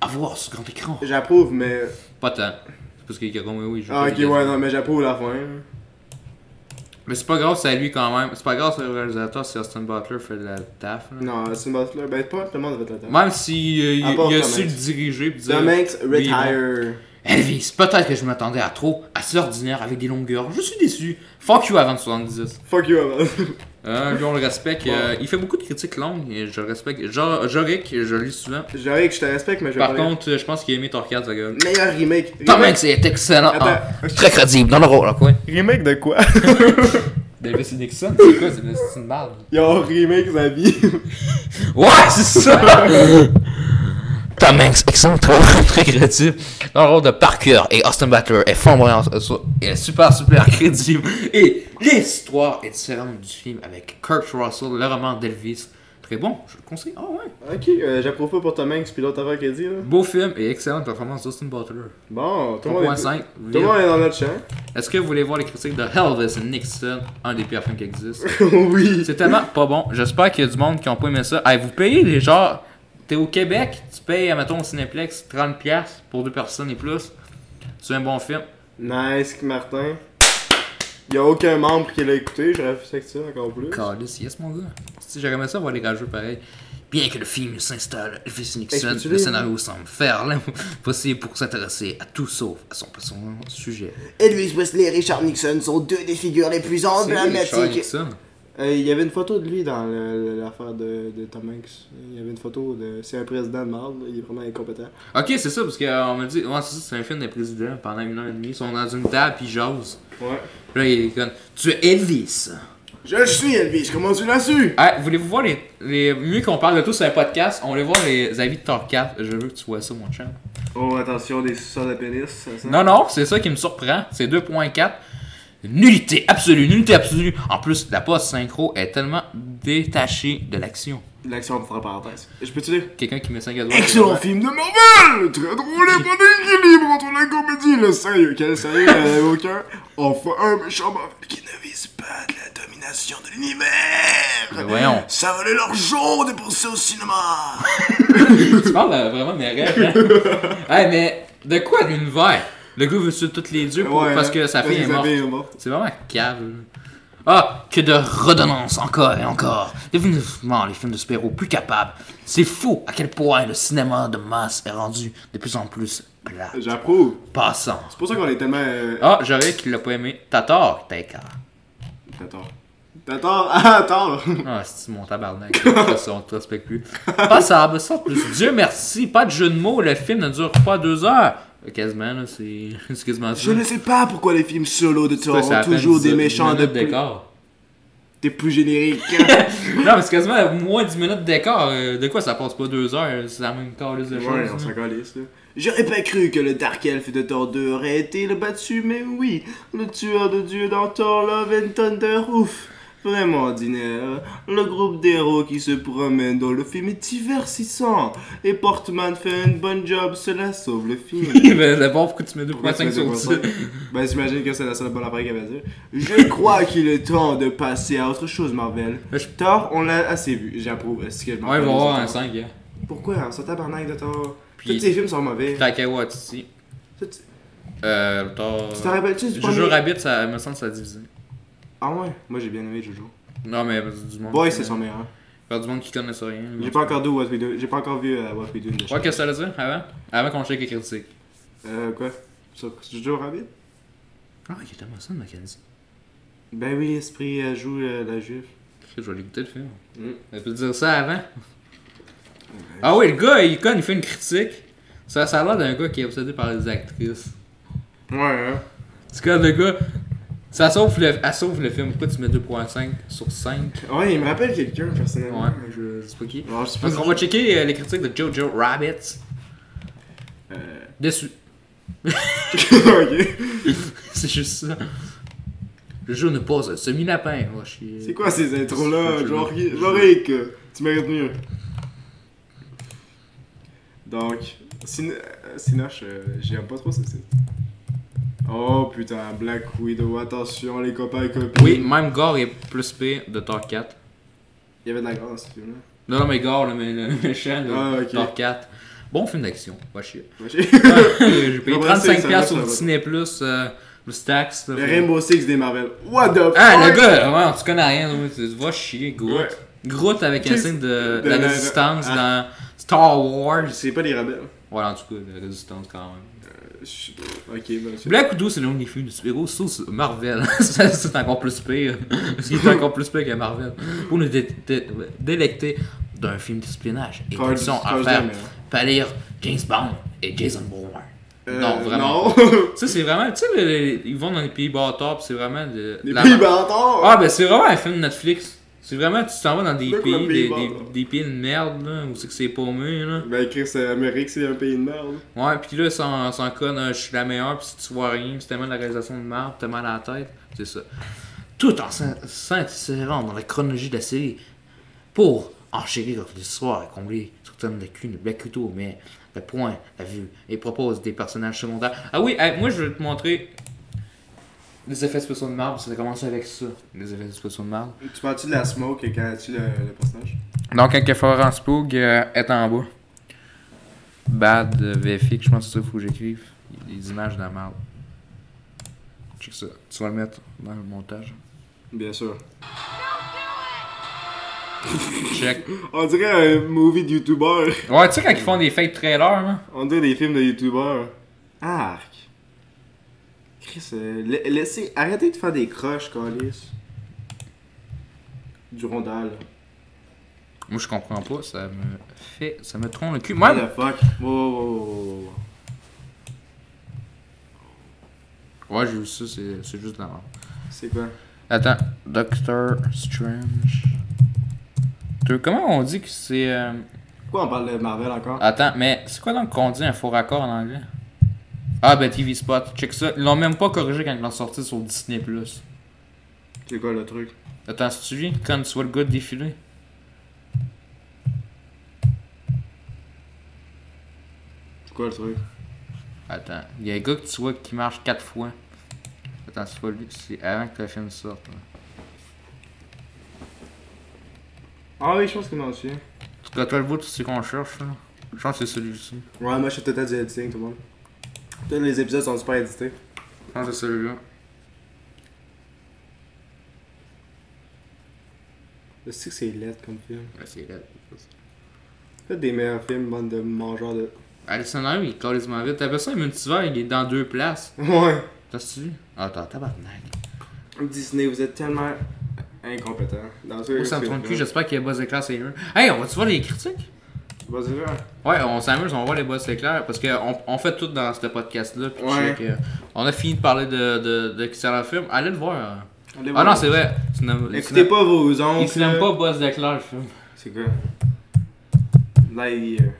À voir sur grand écran. J'approuve, mais. Pas tant. C'est parce qu'il y a Roméo, il joue Ah, pas ok, les ouais, non, mais j'approuve la fin. hein. Mais c'est pas grâce à lui quand même. C'est pas grâce au réalisateur si Austin Butler fait de la taf. là. Non, c'est une Butler. Ben, pas tout le monde va être là Même si euh, il, À part il a Tom su le Hanks. diriger pis dire. The Manx oui, bon. Retire. Elvis, peut-être que je m'attendais à trop, à cet ordinaire avec des longueurs. Je suis déçu. Fuck you avant de 70. Fuck you, man. Euh, lui on le respecte. euh, il fait beaucoup de critiques longues et je le respecte. Genre, Jorick, je le lis souvent. J'aurais que je te respecte, mais je vais Par pas contre, euh, je pense qu'il a aimé Torquay, sa gueule. lire. Meilleur remake. Tom Remake- Hanks est excellent. Attends. hein. Très crédible dans le rôle, là, quoi. Remake de quoi Davis Nixon, c'est quoi C'est c'est une merde. Ils ont remake sa vie. Ouais, c'est ça! Tom Hanks, excellent, très, très crédible. Dans le rôle de Parker et Austin Butler est flamboyant, euh, so- est super, super crédible. Et l'histoire est différente du film avec Kurt Russell, le roman d'Elvis, Très bon, je le conseille. Ah ouais. Ok, euh, j'approuve pas pour Tom Hanks puis l'autre affaire qu'elle dit là. Beau film et excellente performance d'Austin Butler. Bon, tout le monde est, 3.5. tout le monde est dans notre champ. Est-ce que vous voulez voir les critiques de Elvis Nixon, un des pires films qui existent oui. C'est tellement pas bon. J'espère qu'il y a du monde qui ont pas aimé ça. Hey, vous payez les genres. T'es au Québec, tu payes, mettons, au Cinéplex 30$ pour deux personnes et plus. C'est un bon film. Nice, Martin. Y a aucun membre qui l'a écouté, j'aurais fait ça encore plus. Calice, yes, mon gars. Si j'aurais aimé ça voir les gageux pareil. Bien que le film s'installe, Elvis Nixon, Explique-le. le scénario semble faire possible pour s'intéresser à tout sauf à son, son sujet. Elvis Wesley et Richard Nixon sont deux des figures les plus C'est Richard emblématiques. Nixon. Il Euh, y avait une photo de lui dans le- le- l'affaire de, de Tom Hanks. Il y avait une photo de. C'est un président de marde, il est vraiment incompétent. Ok, c'est ça, parce qu'on me dit, ouais, c'est ça, c'est un film des présidents pendant une heure et demie. Ils sont dans une table, puis ils jasent. Ouais. Puis Là, il est comme, tu es Elvis. Je suis Elvis, comment tu l'as su Ah, voulez-vous voir les, les. Mieux qu'on parle de tout sur un podcast, on voulait voir les avis de Torcast. Je veux que tu vois ça, mon chum. Oh, attention, des suceurs de pénis, ça sent. Non, non, c'est ça qui me surprend. C'est 2.4. Nullité absolue, nullité absolue. En plus, la pause synchro est tellement détachée de l'action. L'action de frappe parenthèse. Je peux-tu lire Quelqu'un qui met 5 à droite. Excellent film de Marvel Très drôle et bon équilibre entre la comédie et le sérieux. Quel sérieux, il y en avait aucun. Enfin, un méchant Marvel qui Qui ne vise pas de la domination de l'univers Mais voyons. Ça valait leur jour de penser au cinéma Tu parles euh, vraiment de mes rêves, hein? hey, mais de quoi de l'univers? Le gars veut tuer toutes les dieux pour- parce que sa fille est morte. C'est vraiment cave. là. Ah, que de redonnance encore et encore. Définitivement, les films de super-héros plus capables. C'est fou à quel point le cinéma de masse est rendu de plus en plus plat. J'approuve. Passant. C'est pour ça qu'on est tellement. euh, Ah, j'aurais qu'il l'a pas aimé. T'as tort, t'as écart. T'as tort. T'as tort. Ah, tort. Ah, c'est mon tabarnak. De toute façon, on te respecte plus. Passable, sans plus. Dieu merci, pas de jeu de mots. Le film ne dure pas deux heures. Euh, Quasiment, là, c'est. C'est quasiment ça. Je ne sais pas pourquoi les films solo de Ouais, Thor c'est à ont peine toujours des dix- méchants de dix minutes plus, d'écart. des plus génériques. Non, mais c'est quasiment moins 10 minutes d'écart. Euh, De quoi ça passe pas deux heures? C'est la même calice de ouais, on choses. s'en calisse, là. J'aurais pas cru que le Dark Elf de Thor 2 aurait été le battu, mais oui, le tueur de dieu dans Thor Love and Thunder, ouf Vraiment ordinaire, le groupe d'héros qui se promène dans le film est divertissant, et Portman fait un bon job, cela sauve le film. ben, d'abord, pourquoi tu mets Pourquoi tu 2.5 mets sur 10? 2.5? Ben, j'imagine que c'est la seule bonne affaire qu'elle va dire. Je crois qu'il est temps de passer à autre chose, Marvel. Là, je- Thor, on l'a assez vu. J'approuve. Est-ce que je m'en Ouais, il va calisse, avoir Thor? un 5, gars. Pourquoi hein, ce tabarnak de Thor Puis- Tous tes films sont mauvais. Taika Waititi. Tu tu- Euh, t'as- tu t'en rappelles-tu du premier Jojo Rabbit, ça me semble, ça a divisé. Ah ouais, moi j'ai bien aimé Jojo. Non, mais c'est du monde. Boy, qui- c'est son meilleur. hein. Faire du monde qui connaît ça rien. J'ai pas encore vu What We Do. J'ai pas encore vu euh, What We Do. in the Ouais, Shadows. qu'est-ce que ça veut dire avant Avant qu'on check les critiques. Euh, quoi Sur Jojo Rabbit Ah, il est tellement ça, Mackenzie. Ben oui, Esprit elle joue euh, la juive. Je vais l'écouter le film. Mm. Elle peut dire ça avant. Ah oui, le gars, il conne, il fait une critique. Ça, ça a l'air d'un gars qui est obsédé par les actrices. Ouais, hein. C'est comme le gars. Ça sauve le, elle sauve le film. Pourquoi tu mets 2.5 sur 5 Ouais, il me rappelle quelqu'un personnellement. Ouais, je sais pas qui. Alors, je sais pas Donc, on va checker euh, les critiques de Jojo Rabbit. Euh. Déçu. si- Euh, Ok. C'est juste ça. Le jeu ne pose un semi-lapin. Oh, je suis- C'est quoi ces intros-là Je- Genre, je- Rick, tu mérites mieux. Donc, Sin- euh, Sinoche, euh, j'aime pas trop ce site. Oh putain, Black Widow, attention les copains et copines. Oui, même Gore est plus pire de Thor 4. Il y avait de la grâce, ce film-là. Non, non, mais Gore, le, mé- le méchant de Ah, ok. Thor 4. Bon film d'action, va chier. Ouais, j'ai- J'ai payé Ouais, c'est- ça va, 35$ ça sur va. Disney Plus, euh, le Stax. là, Le fait- Rainbow Six des Marvel. What the fuck Ah, le gars, ouais, tu connais rien, ouais, tu vas chier, Groot. Ouais. Groot avec un Qu'est-ce- signe de, de de la la- résistance ah. dans Star Wars. C'est pas des rebelles. Ouais, en tout cas, la résistance quand même. Je- Ok, ben, c'est- Black Widow, c'est le des films de super-héros sous Marvel. Ça, c'est encore plus pire. Parce qu'il est encore plus pire que Marvel. Pour nous dé- dé- délecter d'un film d'espionnage et Call- d'action à Call faire Jammer. pâlir James Bond et Jason Bourne. hein. Euh, non, vraiment. Non. Ça, c'est vraiment. Tu sais, les- les- ils vont dans les pays bâtards, pis c'est vraiment. De, Les la- pays bâtards. Ah, ben c'est vraiment un film Netflix. C'est vraiment, tu t'en vas dans des De quoi, pays, pays des, bâtards? des, des pays de merde, là, où c'est que c'est paumé, là. Ben, Chris, euh, Amérique, c'est un pays de merde. Ouais, pis là, sans, sans conne, hein, je suis la meilleure, pis si tu vois rien, pis tellement de la réalisation de merde, t'as mal à la tête, c'est ça. Tout en s'in- s'insérant dans la chronologie de la série pour enchéré contre l'histoire et comblé sur tonnes de cul de ben, Black Couteau, mais le point, la vue, et propose des personnages secondaires. Ah oui, hey, moi je vais te montrer les effets spéciaux de marbre, ça a commencé avec ça, les effets spéciaux de marbre. Tu parles-tu de la smoke et quand tu le, le personnage Donc, quand Florent Spoog euh, est en bas, Bad euh, VFX, je pense que c'est ça qu'il faut que j'écrive. Les images de la marbre. Check ça. Tu vas le mettre dans le montage. Bien sûr. Check. On dirait un movie de youtubeur. Ouais, tu sais, quand ils font des fake trailers, là. On dirait des films de youtubeur. Arc. Chris, euh, la- laissez, arrêtez de faire des croches, Calis. Du rondal. Moi, je comprends pas, ça me fait. Ça me trompe le cul. What Moi, the fuck? Wow, wow, wow, wow, wow. ouais, j'ai vu ça, c'est c'est juste de la marbre. C'est quoi? Attends, Doctor Strange. Tu- Comment on dit que c'est. euh, Pourquoi on parle de Marvel encore? Attends, mais c'est quoi donc qu'on dit un faux raccord en anglais Ah, ben TV Spot, check ça. Ils l'ont même pas corrigé quand ils l'ont sorti sur Disney. C'est quoi le truc? Attends, si tu viens, quand tu vois le gars défiler. C'est quoi le truc? Attends, il y a un gars que tu vois qui marche 4 fois. Attends, c'est pas lui, c'est avant que le film sorte. hein. là. Ah oui, je pense que m'en souviens. Tu dois toi le bout, tu sais qu'on cherche là. Je pense que c'est celui-ci. Ouais, moi je suis total du editing, tout le monde. Tous les épisodes sont super édités. Je pense que c'est celui-là. Je sais que c'est laid comme film. Ouais, c'est là. Faites des meilleurs films, bande de mangeurs de. Ah, le scénario, il colle les vite. T'avais ça, un multivers, il est dans deux places. Ouais! T'as-tu vu Attends, tabarnak. Disney, vous êtes tellement incompétents. Dans ce Moi, Oh, ça me tourne le cul, j'espère qu'il y a Buzz Éclair, c'est eux. Hey, on va-tu voir les critiques Vas-y, là. Ouais, on s'amuse, on voit les boss éclairs parce qu'on on fait tout dans ce podcast-là. puis Ouais. check, euh, on a fini de parler de, de, de Christian film. Allez le voir. hein. Allez Ah voir. non, c'est vrai. Tu n'aimes- Écoutez tu pas euh, vos n'aimes- oncles. Il se nomme pas Boss d'éclair le film. C'est quoi? euh, Lightyear.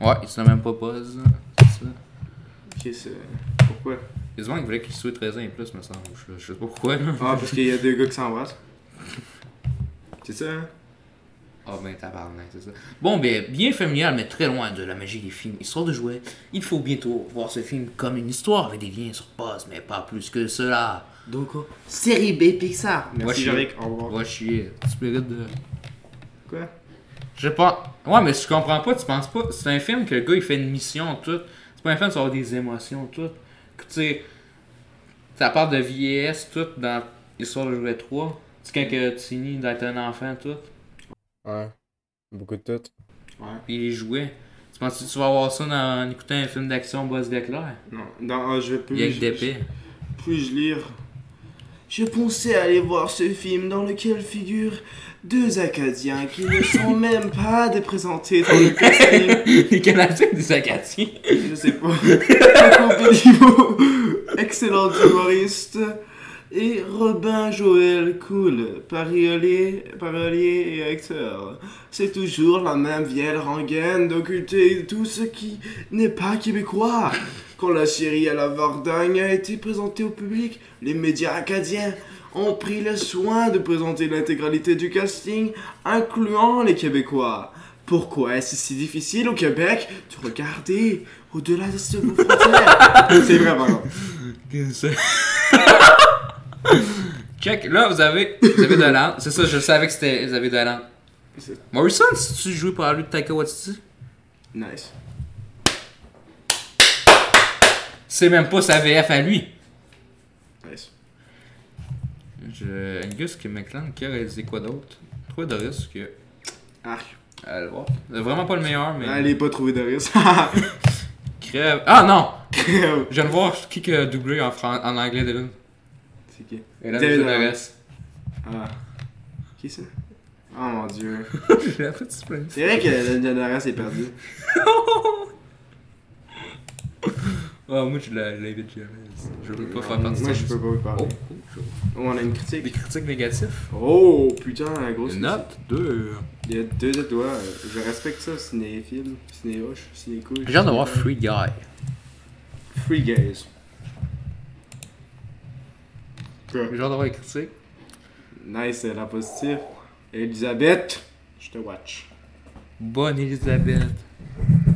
Ouais, il se nomme même pas Buzz. hein, C'est ça. Ok, c'est. Pourquoi? Il y a des gens qui voulaient qu'il soit 13 ans et plus, me semble. Je, je sais pas pourquoi. là. Ah, parce qu'il y a deux gars qui s'embrassent. C'est ça, hein? Ah ben tabarnak, c'est ça. Bon ben, bien familial mais très loin de la magie des films. Histoire de jouer, il faut bientôt voir ce film comme une histoire avec des liens sur base, mais pas plus que cela. Donc, oh, série B Pixar. Moi, je Merci, suis- Jorick. Au revoir. Va chier, tu mérites de... Quoi? Je pas... Ouais mais je comprends pas, tu penses pas, c'est un film que le gars il fait une mission tout. C'est pas un film sur avoir des émotions tout. Que tu sais, ça part de vieillesse tout dans Histoire de jouer 3. C'est quand que tu finis d'être un enfant tout. Ouais. Beaucoup de tout. Puis les jouets. Tu penses que tu vas voir ça dans- en écoutant un film d'action Boss d'éclair? Non, non, ah, je vais plus. Il y a que je- des pires. Puis-je lire Je pensais aller voir ce film dans lequel figurent deux Acadiens qui ne sont même pas représentés dans le casting. Les Canadiens des Acadiens. Je sais pas. Coco Béliveau, excellent humoriste, et Robin Joël Cool, parolier, parolier et acteur. C'est toujours la même vieille rengaine d'occulter tout ce qui n'est pas québécois. Quand la série à la Vardagne a été présentée au public, les médias acadiens ont pris le soin de présenter l'intégralité du casting, incluant les Québécois. Pourquoi est-ce si difficile au Québec de regarder au-delà de ce vos frontières C'est vrai, par contre. Check, là, vous avez, vous avez Dolan. C'est ça, je savais que c'était vous avez Dolan. C'est- Morrison, si tu jouais par la rue de Taika Waititi, Nice. c'est même pas sa VF à lui. Nice. Je... Angus qui McLean, qui a réalisé quoi d'autre? Trois Doris, que... Arc. Allez voir. Euh, Vraiment pas le meilleur, mais... Allez pas trouver Doris. Ah, Crève. Ah non! Crève. Je viens de voir qui que a doublé en, fran... en anglais, Dylan. C'est qui? Et là, David David Dolan. Doris. Ah. Qui ça? Oh mon dieu. J'ai la petite plainte. C'est vrai que la Doris est perdue. Ah, moi, je la David Dolan. Je veux pas faire partie Moi, de je peux ça. pas vous parler. Oh, Oh, oh, je- on a une Des critique. critiques négatives. Oh, putain, la grosse critique. Note 2. Il y a deux étoiles. Je respecte ça, cinéphile, cinéhoche, cinécouche. J'ai hâte de voir Free Guy. Free Guys. J'ai hâte de voir les critiques. Nice, la positive. Elisabeth, je te watch. Bonne Elisabeth.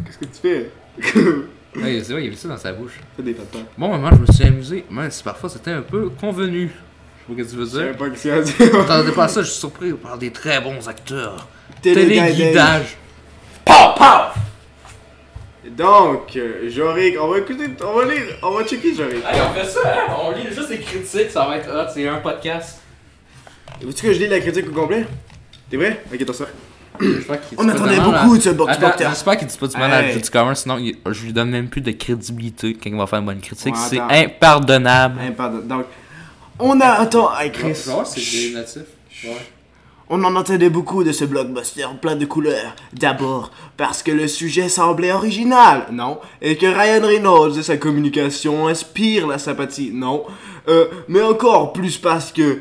Qu'est-ce que tu fais? Ouais, c'est vrai, il y avait ça dans sa bouche. Fais des papas. Bon, maman, je me suis amusé, même si parfois c'était un peu convenu. Je sais pas ce que tu veux J'avais dire. pas que ça. c'est- Je m'attendais pas à ça, je suis surpris par des très bons acteurs. Téléguidage. Téléguidage. Pow, pow! Donc, euh, Jorik, on va écouter, on va lire, on va checker Jorik. Allez, on fait ça, hein? On lit juste les critiques, ça va être hot, c'est un podcast. Veux-tu que je lis la critique au complet? T'es vrai? Ok, t'en sors. Je crois qu'il dit On pas attendait de mal à- beaucoup de ce box Attends, Doctor. J'espère qu'il dit pas du mal à Hey. Judy Comer, sinon il- je lui donne même plus de crédibilité quand il va faire une bonne critique. Ouais, c'est attends. impardonnable. Hein, pardon. Donc, on a. Attends, hey, Chris. c'est natif. On en entendait beaucoup de ce blockbuster plein de couleurs. D'abord, parce que le sujet semblait original, non Et que Ryan Reynolds et sa communication inspirent la sympathie, non Euh, Mais encore plus parce que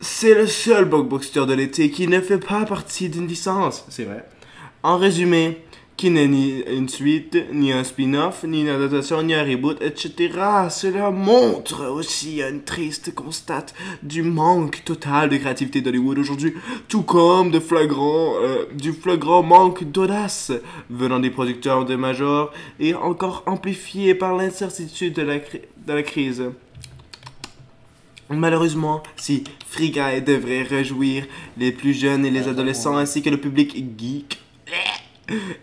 c'est le seul blockbuster de l'été qui ne fait pas partie d'une licence. C'est vrai. En résumé, qui n'est ni une suite, ni un spin-off, ni une adaptation, ni un reboot, etc. Cela montre aussi une triste constate du manque total de créativité d'Hollywood aujourd'hui, tout comme de flagrant, euh, du flagrant manque d'audace venant des producteurs de majors et encore amplifié par l'incertitude de, la cri- de la crise. Malheureusement, si Free Guy devrait réjouir les plus jeunes et les adolescents ainsi que le public geek,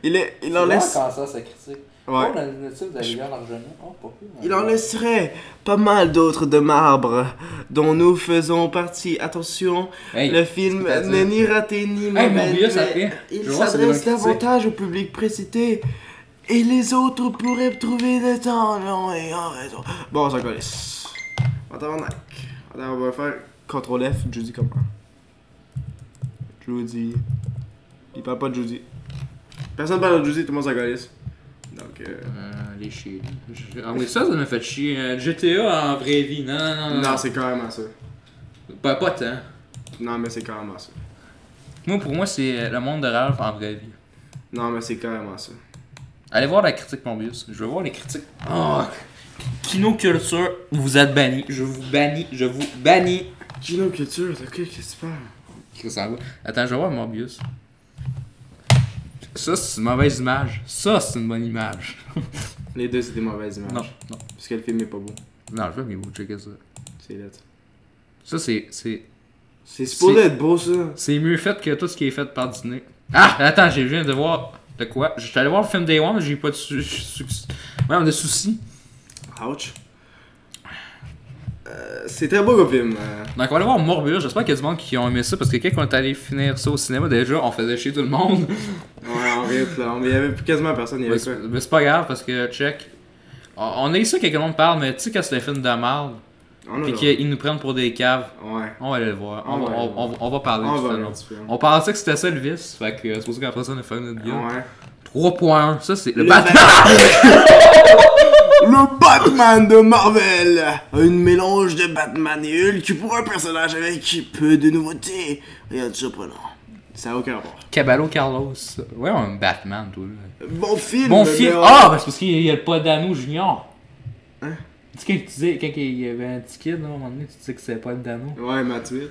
il, est- il en laisse. ça, ça critique. Ouais. la natif d'aller vers l'argent. Oh, pas plus. Il en laisserait pas mal d'autres de marbre dont nous faisons partie. Attention, Hey, le film c'est-à-dire- n'est ni raté ni Hey, mauvais, mon vieux, ça mais fait. Je Il vois, c'est des s'adresse bonnes critiques. davantage au public précité et les autres pourraient trouver des temps longs et en raison. Bon, ça connaisse. En tabarnak. Attends, on va faire CTRL F, Judy comment? Judy. Il parle pas de Judy. Personne parle de Judy, tout le monde s'en connaisse. Donc, euh... Euh, les chier. Je- Ah oui, ça, ça m'a fait chier. Euh, GTA en vraie vie, non, non, non. Non, c'est carrément ça. Pas, pas tant. Non, mais c'est carrément ça. Moi, pour moi, c'est euh, le monde de Ralph en vraie vie. Non, mais c'est carrément ça. Allez voir la critique Morbius. Je veux voir les critiques. Oh! Kinoculture, vous êtes banni. Je vous bannis. Je vous bannis. Gino Culture, ok, qu'est-ce que tu parles? Qui s'en va. Attends, je vais voir Morbius. Ça, c'est une mauvaise image. Ça, c'est une bonne image. Les deux, c'est des mauvaises images. Non, non. Parce que le film est pas beau. Non, je veux mieux vous checker ça. C'est lettre. Ça, c'est- c'est C'est supposé C'est- être beau, ça. c'est mieux fait que tout ce qui est fait par Disney. Ah, attends, j'ai viens de voir de quoi. J'étais allé voir le film Day One, mais j'ai eu pas de, su- su- ouais, de soucis. Ouch. Euh, c'est très beau comme film. euh. Donc, on va aller voir Morbius. J'espère qu'il y a du monde qui ont aimé ça parce que quand on est allé finir ça au cinéma, déjà, on faisait chier tout le monde. Ouais, on rip, là. Mais il y avait quasiment personne. Il y Mais avait c'est quoi? mais c'est pas grave parce que, check. On- On a eu ça que quelqu'un parle, mais tu sais, quand c'est un film de merde, On a pis genre- qu'ils nous prennent pour des caves, Ouais. on va aller le voir. On, On va, va aller on- on- on va parler On du va film. un petit film. On pensait que c'était ça le vice, fait que euh, c'est pour ça qu'après ça, on a fait notre gueule. Ouais. 3.1, ça c'est le, Le Batman! Le Batman de Marvel Un mélange de Batman et Hulk pour un personnage avec peu de nouveautés. Rien de surprenant. Ça a aucun rapport. Caballo Carlos. Ouais, un Batman, tout là. Bon film. Bon mais film! on- Ah, ben, c'est parce qu'il y a le Podano Junior! Hein? Tu sais, quand, tu disais, quand il y avait un petit kid, là, à un moment donné, tu disais que c'était pas le Dano. Ouais, Mathieu.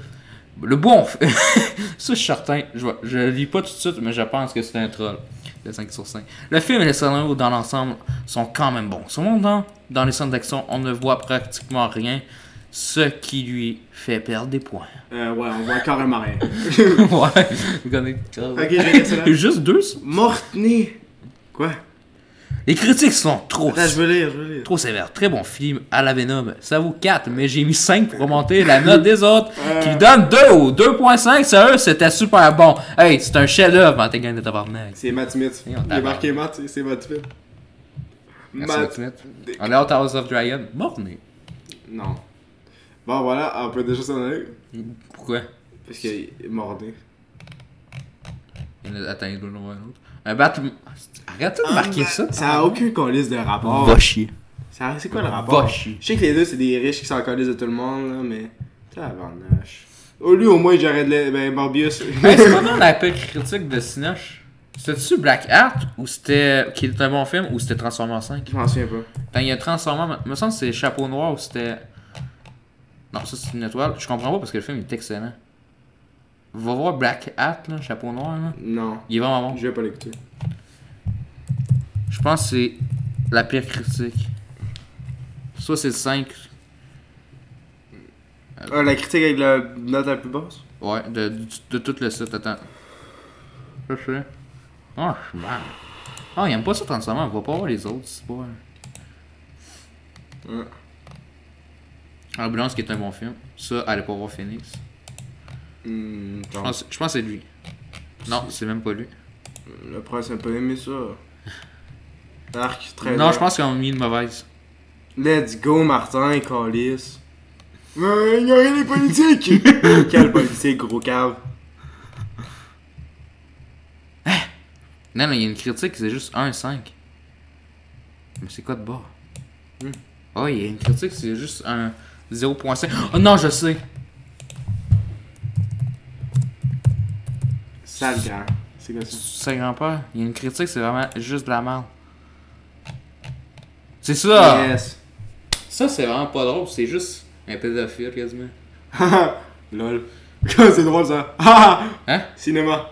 Le bon film. Ça, je suis certain. Je, vois- je lis pas tout de suite, mais je pense que c'est un troll. Le 5 sur 5. Le film et les scénarios dans l'ensemble sont quand même bons. Cependant, dans les scènes d'action, on ne voit pratiquement rien, ce qui lui fait perdre des points. Euh, ouais, on voit carrément rien. ouais, vous connaissez. ok, j'ai excellent. Juste deux, ça. Mortney. Quoi? Les critiques sont trop, Attends, je veux lire, je veux lire. trop sévères. Très bon film à la Venom. Ça vaut 4, mais j'ai mis 5 pour remonter la note des autres qui lui donne 2 ou 2.5. Sérieux, c'était super bon. Hey, c'est un chef-d'œuvre en de tabarnak. C'est Matt Smith. Il Et on est tabarde. marqué Matt, c'est- c'est Matt Smith. Merci, Matt- Ah, Matt Smith. On est out House of Dragon. Morné. Non. Bon, voilà, on peut déjà s'en aller. Pourquoi Parce qu'il est mordé. Il en a- Attends, il doit en avoir un autre. Un Batman. Ah, Arrête de marquer ça. Ah. Ça a aucun colis de rapport. Va chier. Ça- C'est quoi le rapport? Va chier. Je sais que les deux, c'est des riches qui s'en collent de tout le monde, là, mais. Tabarnache. Au lui, au moins, j'arrête le. Ben, Morbius. Hey, c'est quoi la pire critique de Sinoche C'était-tu Black Art ou c'était. qui est un bon film ou c'était Transformers 5 Je m'en souviens pas. Quand il y a Transformers, me semble que c'est Chapeau Noir ou c'était. Non, ça c'est une étoile. Je comprends pas parce que le film est excellent. Va voir Black Hat, là, chapeau noir. Là. Non, Il est vraiment bon. je vais pas l'écouter. Je pense que c'est la pire critique. Soit c'est le 5, Ah, la critique avec la note la plus basse ouais, de, de, de tout le site. Attends. Je sais. Ah, je suis mal. Ah, il aime pas ça tant On va pas voir les autres, c'est pas. Ouais. Ambulance qui est un bon film. Ça, allez pas voir Phoenix. Hmm, Je non. pense, je pense que c'est lui. Non, c'est même pas lui. Le prince a pas aimé ça. Arc, très Non, je pense qu'ils ont mis une mauvaise. Let's go, Martin, Calis. Euh, ignorez les politiques! Quelle politique, gros cave? Non, non, il y a une critique, c'est juste 1,5. Mais c'est quoi de bas? Oh, il y a une critique, c'est juste un 0,5. Oh non, je sais! Sale gars. C'est quoi ça? Ça grand-père, il y a une critique, c'est vraiment juste de la merde. C'est ça! Yes. Ça, c'est vraiment pas drôle, c'est juste un pédophile quasiment. Lol. c'est drôle ça. hein? Hein? Cinéma.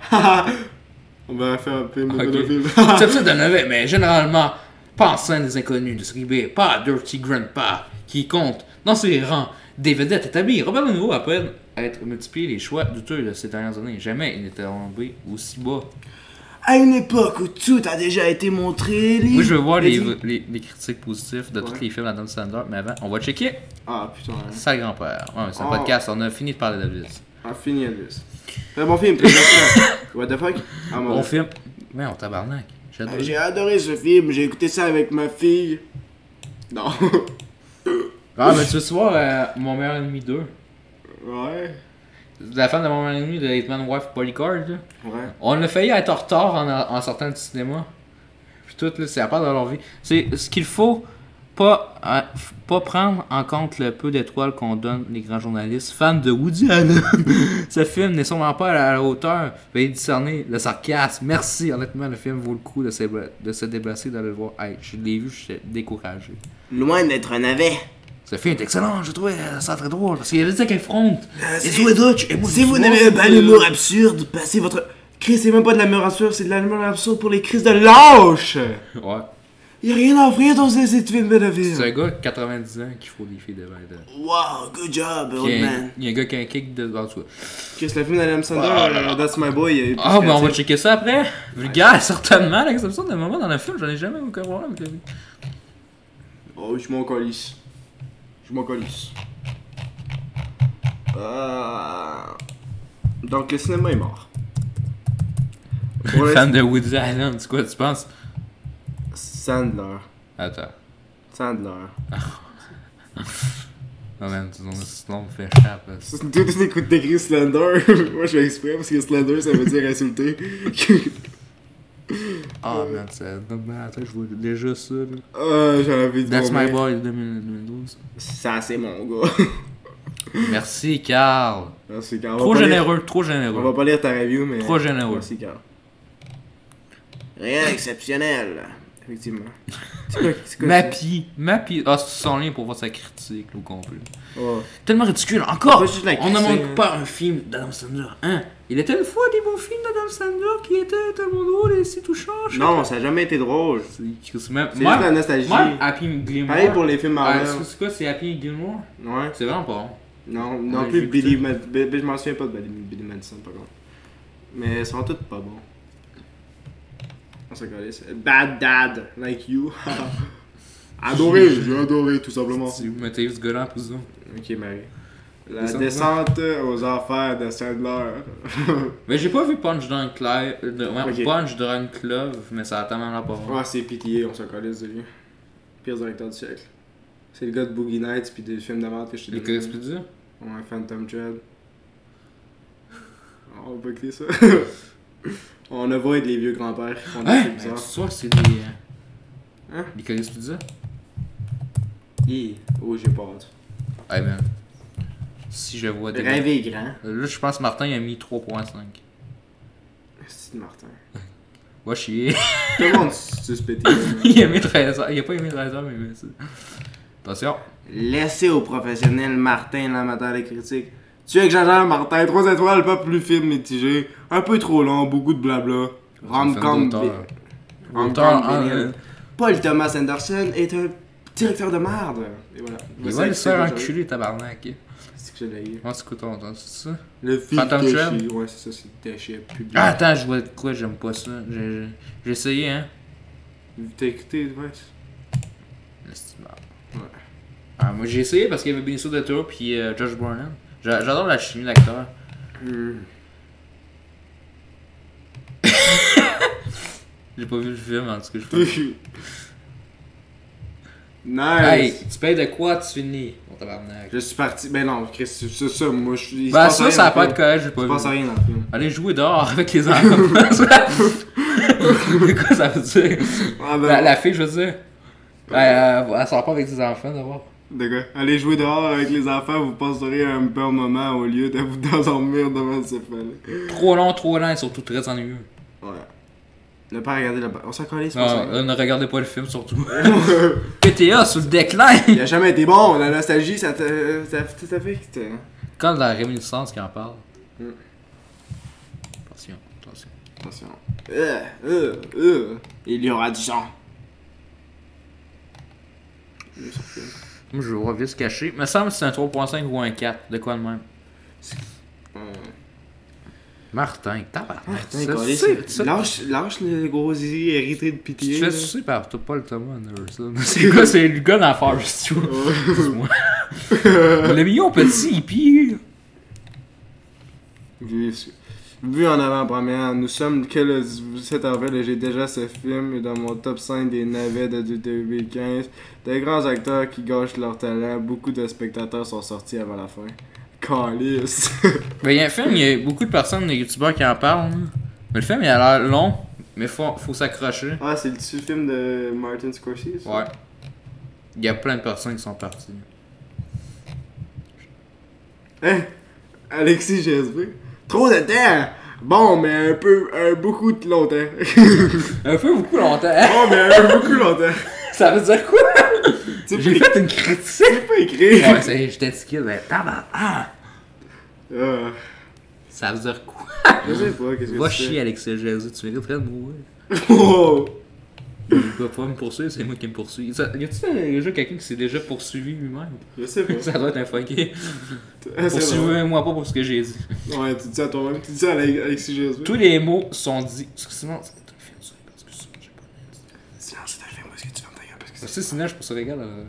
On va faire un peu Ok. de film. C'est ça de neuf, mais généralement, pas en scène des inconnus de Sribé, pas à Dirty Grandpa, qui compte dans ses rangs des vedettes établies. Robert De Niro, après être multiplié les choix douteux de ces dernières années, jamais il n'était tombé aussi bas. À une époque où tout a déjà été montré, les... Moi, je veux voir les, Vas-y. les- les critiques positives de tous les films d'Adam Sandler, mais avant, on va checker Ah putain. hein. sa grand-père. Ouais, c'est un Oh. podcast, on a fini de parler d'Elvis. Ah, fini Elvis. Très bon film, très bon film. What the fuck? Ah, Bon mon film. Mais on tabarnak. J'adore. J'ai adoré ce film, j'ai écouté ça avec ma fille. Non. Ah, mais tu veux voir euh, Mon meilleur ennemi 2 ouais. La femme de Mon meilleur ennemi de Hitman Wife Bodyguard, là. Ouais. On a failli être en retard en, en sortant du cinéma. Puis tout, là, c'est à part de leur vie. C'est ce qu'il faut pas, hein, f- pas prendre en compte le peu d'étoiles qu'on donne les grands journalistes fans de Woody Allen. Ce film n'est sûrement pas à la, à la hauteur. Veuillez discerner le sarcasme. Merci, honnêtement, le film vaut le coup de se, de se déplacer, d'aller le voir. Hey, je l'ai vu, j'étais découragé. Loin d'être un navet. Ce film est excellent, je trouvais ça très drôle parce qu'il y avait des affrontes. Si vous, si vous n'avez pas l'humour absurde, passez votre... Chris, c'est même pas de la mur absurde, c'est de la mur absurde pour les crises de lâche! Ouais. Y'a rien à offrir dans ces ces films de C'est film. un gars de 90 ans qui faut des filles de 20 ans. Wow, good job, Il old y, a un, Oh, man. il y a un gars qui a un kick de. En tout cas. Qu'est-ce que le film d'Adam Sandler? euh, That's my boy. il y a eu plus Ah, ben on va que- checker ça après. Vulgaire, certainement, l'exception d'un moment dans le film, j'en ai jamais aucun problème. avec lui. Oh, je m'en colisse. Je m'en colisse. Ah. Donc, le cinéma est mort. Pour le Fan de Woody Allen, c'est quoi, tu penses Sandler. Attends. Sandler. Non, Oh, man, ton nom me fait chap. Ça, c'est- Tout est écoute d'écrit Slender. Moi, je fais exprès parce que Slender, ça veut dire insulter. Ah, man, ça. non, man, Attends, je vois déjà ça. là. Ah, j'en avais dit. That's mon My mec. Boy 2012. Ça, c'est mon gars. Merci, Carl. Merci, Carl. On va Trop pas lire- généreux, trop On va généreux. pas lire ta review, mais. Trop généreux. Merci, Carl. Rien d'exceptionnel. Effectivement. C'est quoi- c'est quoi ça? Mappy, Mappy. Ah, c'est son lien pour voir sa critique, là, au complet. Oh. Tellement ridicule. Encore, Pas juste la on ne critique, hein. manque pas un film d'Adam Sandler. Hein? Il était une fois des bons films d'Adam Sandler qui étaient tellement drôles et si touchants. je sais Non, ça a jamais été drôle. pas. C'est c'est même. C'est Moi, juste la nostalgie. moi, Happy Gilmore. Pareil pour les films Ah, Marvel. c'est- c'est quoi, c'est Happy Gilmore? Ouais. C'est vraiment pas bon. Non, non Ouais, plus j'ai Billy écouté. Madison. Je m'en souviens pas de Billy, Billy Madison, par contre. Mais ils sont toutes pas bons. On s'en calisse. Bad Dad, like you. adoré, j'ai adoré, tout simplement. Si vous mettez ce gars-là en prison. Ok, Marie. La Descends-moi. descente aux enfers de Sandler. Mais j'ai pas vu Punch Drunk Live. euh, Ok. Punch Drunk Love, mais ça a tellement l'air pas bon. Ah, c'est pitié, on s'en calisse de lui. Pire directeur du siècle. C'est le gars de Boogie Nights puis des films de merde que je te Les donné. correspondus? Ouais, Phantom Thread. On va boucler ça. On avoid les vieux grands-pères qui font des Hein? trucs Tu bizarres. sais, c'est des. euh, Hein? Les correspondus? Ben, Hi. Oh, j'ai pas hâte. Hey man. Si je vois des. Rêver grand. Là, je pense que Martin il a mis 3.5. C'est Martin. Va chier. Tout le monde se se pétait, là. il a mis 13 heures. Il a pas aimé 13 heures, mais il a mis ça. Attention. Laissez aux professionnels Martin l'amateur des critiques. Tu exagères, Martin. Trois étoiles, pas plus film mitigé. Un peu trop long, beaucoup de blabla. Rom-com. Film d'auteur. bé- rom-com D'auteur, hein, bénil. hein. Paul Thomas Anderson est un directeur de merde. Et voilà. Il Voici va un le extrait faire que j'avais. enculer, tabarnak. ok. C'est ce que j'ai eu. Comment c'est que t'as entendu ça? Le film Phantom déchet. Thread? Ouais, c'est ça, c'est déchet public. Ah, attends, je vois de quoi, j'aime pas ça. J'ai j'ai- j'ai essayé, hein. T'as écouté, ouais. Mais c'est une merde. Ouais. Ah, moi j'ai essayé parce qu'il y avait Benicio Del Toro puis euh, Josh Brolin. J'a- J'adore la chimie d'acteur. Hmm. J'ai pas vu le film en tout cas. j'ai pas- nice. Hey, tu payes de quoi, tu finis. Mon tabarnak. Je suis parti. Ben non, Chris, c'est c'est ça, moi je suis. il se Bah, passe ça, rien ça dans a le pas de film. collège, j'ai Il pas se passe vu. rien dans le film. Allez jouer dehors avec les enfants. C'est quoi ça veut dire? Ah ben. La, la fille, je veux dire. Elle, elle, elle sort pas avec ses enfants d'abord. De quoi? Allez jouer dehors avec les enfants, vous passerez un bon moment au lieu de vous endormir devant ce film. Trop long, trop lent et surtout très ennuyeux. Ouais. Ne pas regarder là-bas. On s'en calait, c'est Non, pas ça. euh, ne regardez pas le film surtout. PTA sur le déclin! Il a jamais été bon, la nostalgie, ça te. Ça, ça, ça fait que t'es- Quand la réminiscence qui en parle. Mm. Attention, attention. Attention. Euh, euh, euh. Il y aura du genre. Moi, je vois vite se cacher. Me semble que c'est un 3.5 ou un 4, de quoi de même. Euh. Martin, tabarnak. Putain, Tu te calé, fais- c'est- Lâche, lâche le gros zizi hérité de tu pitié. te là. fais sucer par toi, Paul Thomas Anderson. C'est quoi, c'est le gars dans Forest, tu vois. Excuse-moi. le mignon petit, il pire. Vu, vu en avant-première, nous sommes que le 17 avril et j'ai déjà ce film dans mon top 5 des navets de 2015. Des grands acteurs qui gâchent leur talent, beaucoup de spectateurs sont sortis avant la fin. Calice! Ben, il y a un film, il y a beaucoup de personnes, des youtubeurs qui en parlent. là. Mais le film, il a l'air long, mais faut, faut s'accrocher. ah, c'est le dessus film de Martin Scorsese? Ouais. Il y a plein de personnes qui sont parties. Hein? Alexis GSB? Trop de temps! Bon, mais un peu, un beaucoup de longtemps. Un peu beaucoup longtemps. hein? bon, mais un beaucoup longtemps. Ça veut dire quoi? Tu J'ai peux fait une critique. pas écrire. Ouais, c'est- j'étais skill, mais tabarnak. Ah, Ça veut dire quoi? je sais pas, qu'est-ce que Va c'est? chier, Alex Jésus, tu mériterais de mourir. Oh! Tu vas pas me poursuivre, c'est moi qui me poursuis. Ça- Y a-tu déjà quelqu'un qui s'est déjà poursuivi lui-même? Je sais pas. Ça doit être un fucké. Ah, c'est vrai. Poursuivez-moi pas pour ce que j'ai dit. Ouais, tu dis ça à toi-même, tu dis ça à Alex- Alexis GSB. Tous les mots sont dits. Excuse-moi, c'est un film, ça, parce que ça, j'ai pas Silence, c'est un film, est-ce que tu fermes ta gueule parce que Ça, C'est sinon, je pense que regarde. euh,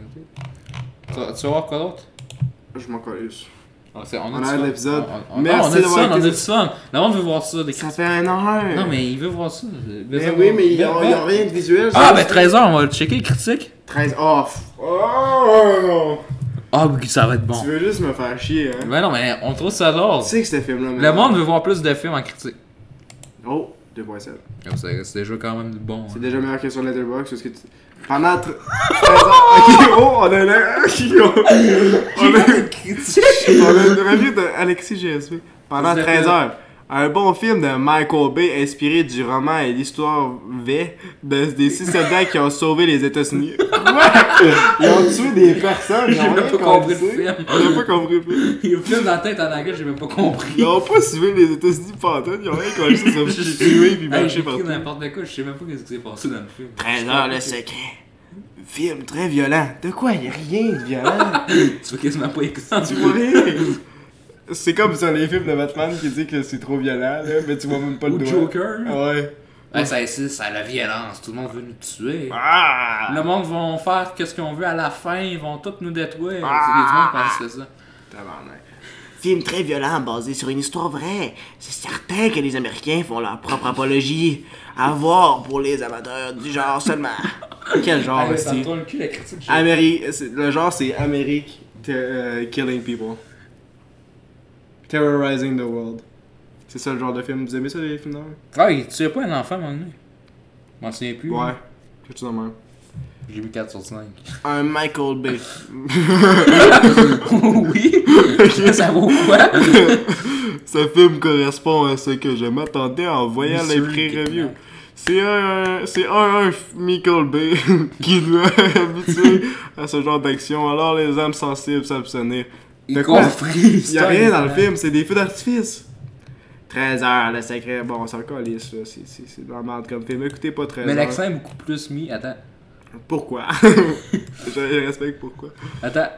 Tu vas tu vas voir quoi d'autre? c'est- Je m'en calisse. Ah, c'est- On On du arrête fun. l'épisode. On- on- non, Merci On a du d'avoir fun, on a été- du fun. Le monde veut voir ça. Des... Ça fait un heure! Non, mais il veut voir ça. Mais, Mais oui, mais il y a, il y a rien de visuel. Ah, ça. ben 13h, on va le checker, les critiques. 13 off! Oh non! Ah, oui, ça va être bon. Tu veux juste me faire chier, hein? Mais non, mais on trouve ça drôle. Tu sais que ce film-là, Le maintenant- monde veut voir plus de films en critique. Oh! 2.7. Oh, C'est c'est déjà quand même du bon. hein. C'est déjà meilleur que sur Letterboxd parce que tu... Pendant tr- 13 heures... Ok, oh! On a la... on a... On a une revue de Alexis GSP pendant Vous êtes 13 là. heures. Un bon film de Michael Bay inspiré du roman et l'histoire V de- des six soldats qui ont sauvé les États-Unis. Quoi? Ils ont tué des personnes. ils J'ai ont même rien pas compris le compris. film. Ils ont pas compris le film. Il y a le film dans la tête en anglais, j'ai même pas compris. Ils ont pas suivi les États-Unis pantoute. Ils ont rien compris. Ils ont juste tué puis Hey, marché J'ai écrit partout. n'importe quoi, je sais même pas ce qui s'est passé dans le film. 13 heures le secret. Film très violent. De quoi? Il y a rien de violent. Tu vois quasiment pas écouter. Tu vois rien. C'est comme sur les films de Batman qui dit que c'est trop violent, là, mais tu vois même pas le Ou doigt. Joker. là. Ouais. Ouais, ça insiste à la violence. Tout le monde veut nous tuer. Ah! Le monde vont faire qu'est-ce qu'on veut à la fin. Ils vont tous nous détruire. Ah! C'est des gens qui pensent que ça. Tabarnak. Film très violent basé sur une histoire vraie. C'est certain que les Américains font leur propre apologie. À voir pour les amateurs du genre seulement. Quel genre, Hey, ça Ah, me c'est tourne le cul la critique. j'ai- Amérique. Le genre, c'est Amérique te- euh, Killing People. Terrorizing the World. C'est ça le genre de film. Vous aimez ça, les films d'horreur? Ah, il tuait pas un enfant, mon donné. Je m'en souviens plus. Ouais. moi. Quelque chose de même. J'ai mis 4 sur 5. Un Michael Bay. oui! ça vaut quoi? Ce film correspond à ce que je m'attendais en voyant les Mystery pré-reviews. Kidnap. C'est un, c'est un, un Michael Bay qui doit habitué à ce genre d'action, alors les âmes sensibles s'abstenir. De Il quoi? construit Il y a l'histoire. rien dans le film, c'est des feux d'artifice. 13 heures, le secret. Bon, on s'en calisse, là. C'est- C'est c'est de la merde comme film. Écoutez pas 13 Mais heures. l'accent est beaucoup plus mis. Attends. Pourquoi Je respecte pourquoi. Attends.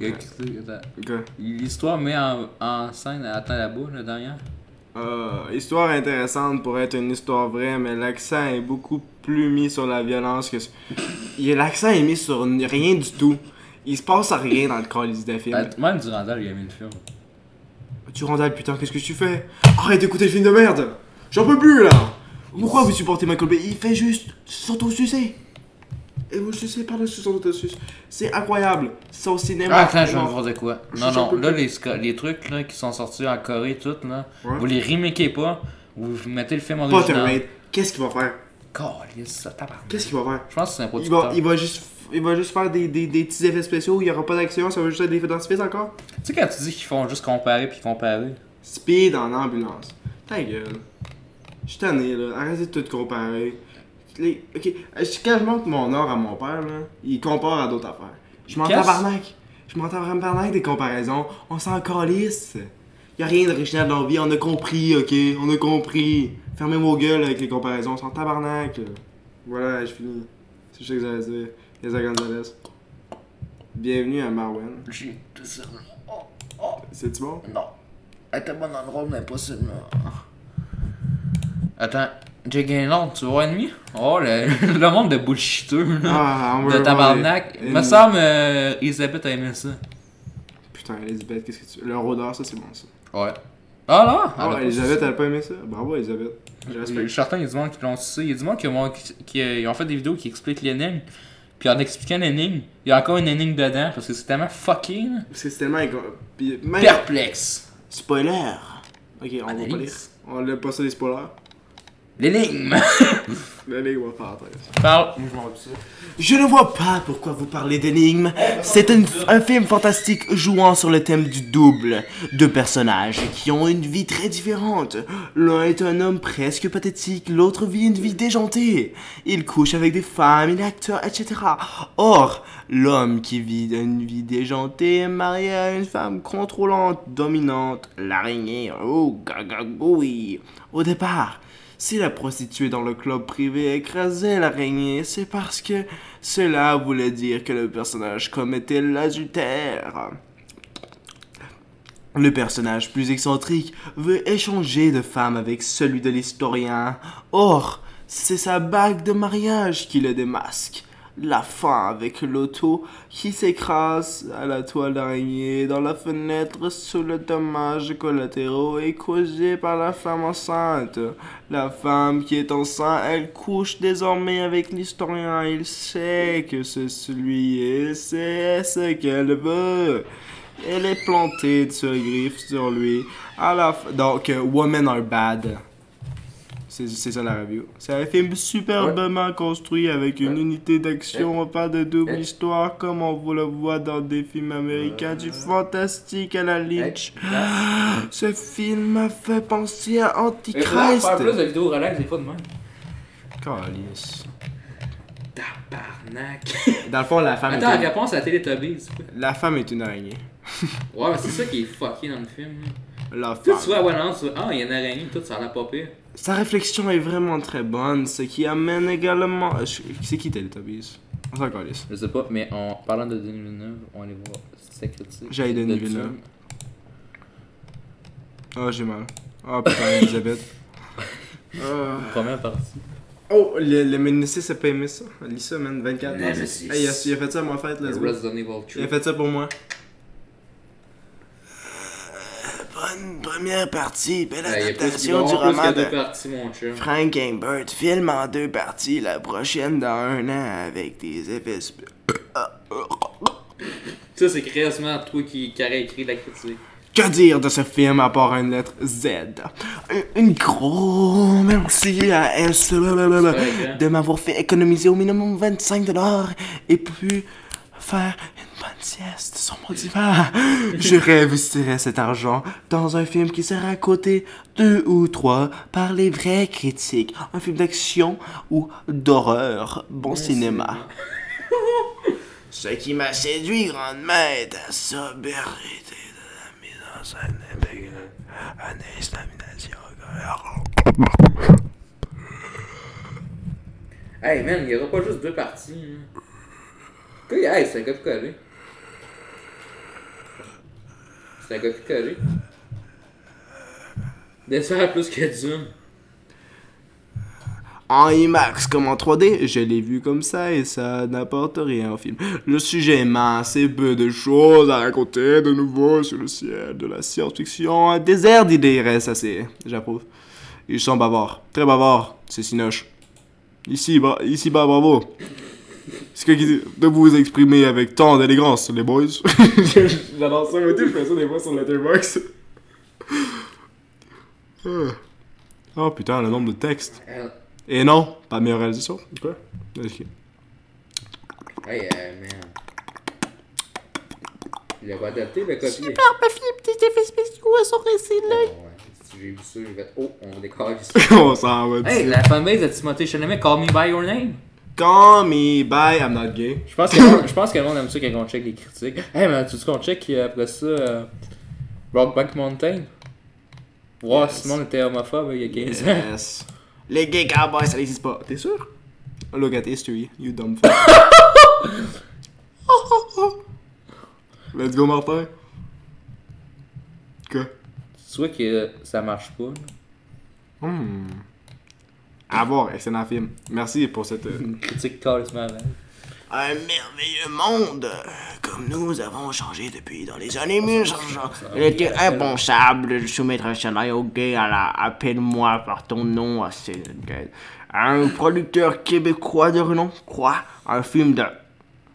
Attends. Ok. L'histoire met en, en scène, attends là-bas, là, derrière. Euh, histoire intéressante pour être une histoire vraie, mais l'accent est beaucoup plus mis sur la violence que. sur- Il- L'accent est mis sur n- rien du tout. Il se passe à rien dans le calice de film. Attends, Bah, Même Durandal, il a mis le film. Tu Randall, putain, qu'est-ce que tu fais Arrête d'écouter le film de merde J'en peux plus là Pourquoi vous supportez Michael Bay Il fait juste s'auto-sucer Et vous le sucez par-dessus son autosuce. C'est incroyable C'est au cinéma Ah, attends, je vais Non. me voir de quoi. Je Non, sais non, pas là, les, sco- les trucs là, qui sont sortis en Corée, tout, là, Ouais. vous les remakez pas, vous mettez le film original. Potterhead, qu'est-ce qu'il va faire Calisse, ça tabarnak. Qu'est-ce qu'il va faire Je pense que c'est un il va, producteur. il, va juste, il va juste faire des, des, des petits effets spéciaux, il n'y aura pas d'action, ça va juste être des effets d'artifice encore Tu sais, quand tu dis qu'ils font juste comparer puis comparer. Speed en ambulance. Ta gueule. Je suis tanné, là. Arrêtez de tout comparer. Les... Ok, euh, je- quand je montre mon or à mon père, là, il compare à d'autres affaires. Je m'en Qu'est-ce- tabarnak. Je m'en tabarnak des comparaisons. On s'en calisse. Y a rien d'original dans la vie, on a compris, ok? On a compris. Fermez vos gueules avec les comparaisons, on s'en tabarnak. là. Voilà, je finis. C'est ce que j'allais dire. Les Gonzalez. Bienvenue à Marwen. J'ai tout ça. C'est-tu bon? Non. Elle était bonne dans le rôle, mais pas celle-là. Attends, Jay Gaylord, tu vois ennemi? Oh, le, le monde de bullshiteux, là. Ah, on va de tabarnak. regarder. Me semble, euh, Elisabeth a aimé ça. Putain, Elisabeth, qu'est-ce que tu. Le rôdeur, ça, c'est bon, ça. Ouais. Ah Ah, non! elle a pas Elisabeth, elle a pas aimé ça Bravo, Elisabeth. Je Je suis respecte. certain, il y a du monde qui l'ont sucé. Il y a du monde qui, ont- qui- qui, euh, ils ont fait des vidéos qui expliquent l'énigme. Puis en expliquant l'énigme, il y a encore une énigme dedans parce que c'est tellement fucké. là. Parce que c'est tellement. inco- Puis, même- Perplexe! Spoiler Ok, on va pas lire. Analyse. On l'a pas ça, les spoilers. L'énigme! Mais les on va pas attendre. Parle! Je ne vois pas pourquoi vous parlez d'énigmes. C'est un, un film fantastique jouant sur le thème du double. Deux personnages qui ont une vie très différente. L'un est un homme presque pathétique, l'autre vit une vie déjantée. Il couche avec des femmes, il est acteur, etc. Or, l'homme qui vit une vie déjantée est marié à une femme contrôlante, dominante, l'araignée, oh gagagoui. Au départ, si la prostituée dans le club privé écrasait l'araignée, c'est parce que cela voulait dire que le personnage commettait l'adultère. Le personnage plus excentrique veut échanger de femme avec celui de l'historien. Or, c'est sa bague de mariage qui le démasque. La fin avec l'auto qui s'écrase à la toile d'araignée dans la fenêtre sous le dommage collatéraux est causé par la femme enceinte. La femme qui est enceinte, elle couche désormais avec l'historien. Il sait que c'est celui et c'est ce qu'elle veut. Elle est plantée de ses griffes sur lui. À la f- Donc, euh, Women Are Bad. C'est c'est ça la review. C'est un film superbement construit avec une unité d'action, pas de double Ouais. histoire comme on vous le voit dans des films américains du fantastique à la Lynch. Ah, Ce film m'a fait penser à Antichrist. de vidéos relax des fois de même. Calisse. Tabarnak! Dans le fond, la femme, Attends, est une... réponse à la Télétobie, c'est quoi? la femme est une araignée. Ouais, mais c'est ça qui est fucké dans le film. là. La Tu femme. sais, tu vois, ouais, non, tu vois, ah, il y a une araignée, tout, ça a l'air pas pire. Sa réflexion est vraiment très bonne, ce qui amène également. Euh, je- C'est qui Teletubbies On s'en calisse. Je sais pas, mais en parlant de Denis Villeneuve, on va aller voir sa critique. J'ai Denis de Dune. Villeneuve. Oh, j'ai mal. Oh putain, Elisabeth. Euh, Première partie. Oh, le, le Ménésis a pas aimé ça. Lis ça, man, 24 Nemesis. Hey, il, a, il a fait ça à ma fête, let's go. Resident Evil Il 3. a fait ça pour moi. Bonne première partie, belle Ouais, il y a Ben, plus il va y adaptation du avoir plus roman que de deux parties, mon chum. Frank Imbert. Film en deux parties, la prochaine dans un an avec des effets spé- Ah, oh. Ça, c'est quasiment toi qui, qui aurais écrit la critique. Que dire de ce film à part une lettre Z Euh, Une grosse merci à S de m'avoir fait économiser au minimum 25$ et pu faire une bonne sieste sur mon divan. Je réinvestirais cet argent dans un film qui sera coté deux ou trois par les vrais critiques. Un film d'action ou d'horreur. Bon cinéma. Ce qui m'a séduit grandement est ta sobriété. personne avec une extermination. Hey man, il y aura pas juste deux parties. hein. Que- Hey, c'est un copier-coller. C'est un copier-coller. Descends plus que Zoom. En IMAX comme en 3D, je l'ai vu comme ça et ça n'apporte rien au film. Le sujet est mince et peu de choses à raconter de nouveau sur le ciel de la science-fiction. Un désert d'idées reste assez. J'approuve. Ils sont bavards. Très bavards. C'est Sinoche. Ici, bra- ici bas, bravo. C'est que de vous exprimer avec tant d'élégance, les boys. J'adore ça, moi tout, je fais ça des fois sur Letterboxd. Ah. Oh putain, le nombre de textes. Ah, Et non, pas de meilleure réalisation. Quoi? Ok. Hey, euh, man. Il a pas adapté le copier. Super, ma fille, petit effet spéciaux, elle sort ici, là. J'ai vu ça, j'ai fait. Oh, on décolle ici. On s'en va. hey, la fanbase de Timothée Chalamet, call me by your name. Call me by, I'm not gay. Je pense, que, le monde- je pense que le monde aime ça quand on check les critiques. Hey, mais tu veux qu'on check euh, après ça euh, Rockback Mountain? Wow, ce monde était homophobe hein, il y a 15 ans. Yes. Les gay cowboys, ça n'existe pas. T'es sûr? Look at history, you dumb fuck. Let's go, Martin. Quoi? Tu vois que ça marche pas. là. À voir, excellent film. Merci pour cette. euh, Critique carrément avant. Un merveilleux monde, comme nous avons changé depuis dans les années 1000. Il était impensable de soumettre un scénario gay à la Appelle-moi par ton nom à ces gays. Un producteur québécois de renom, quoi Un film de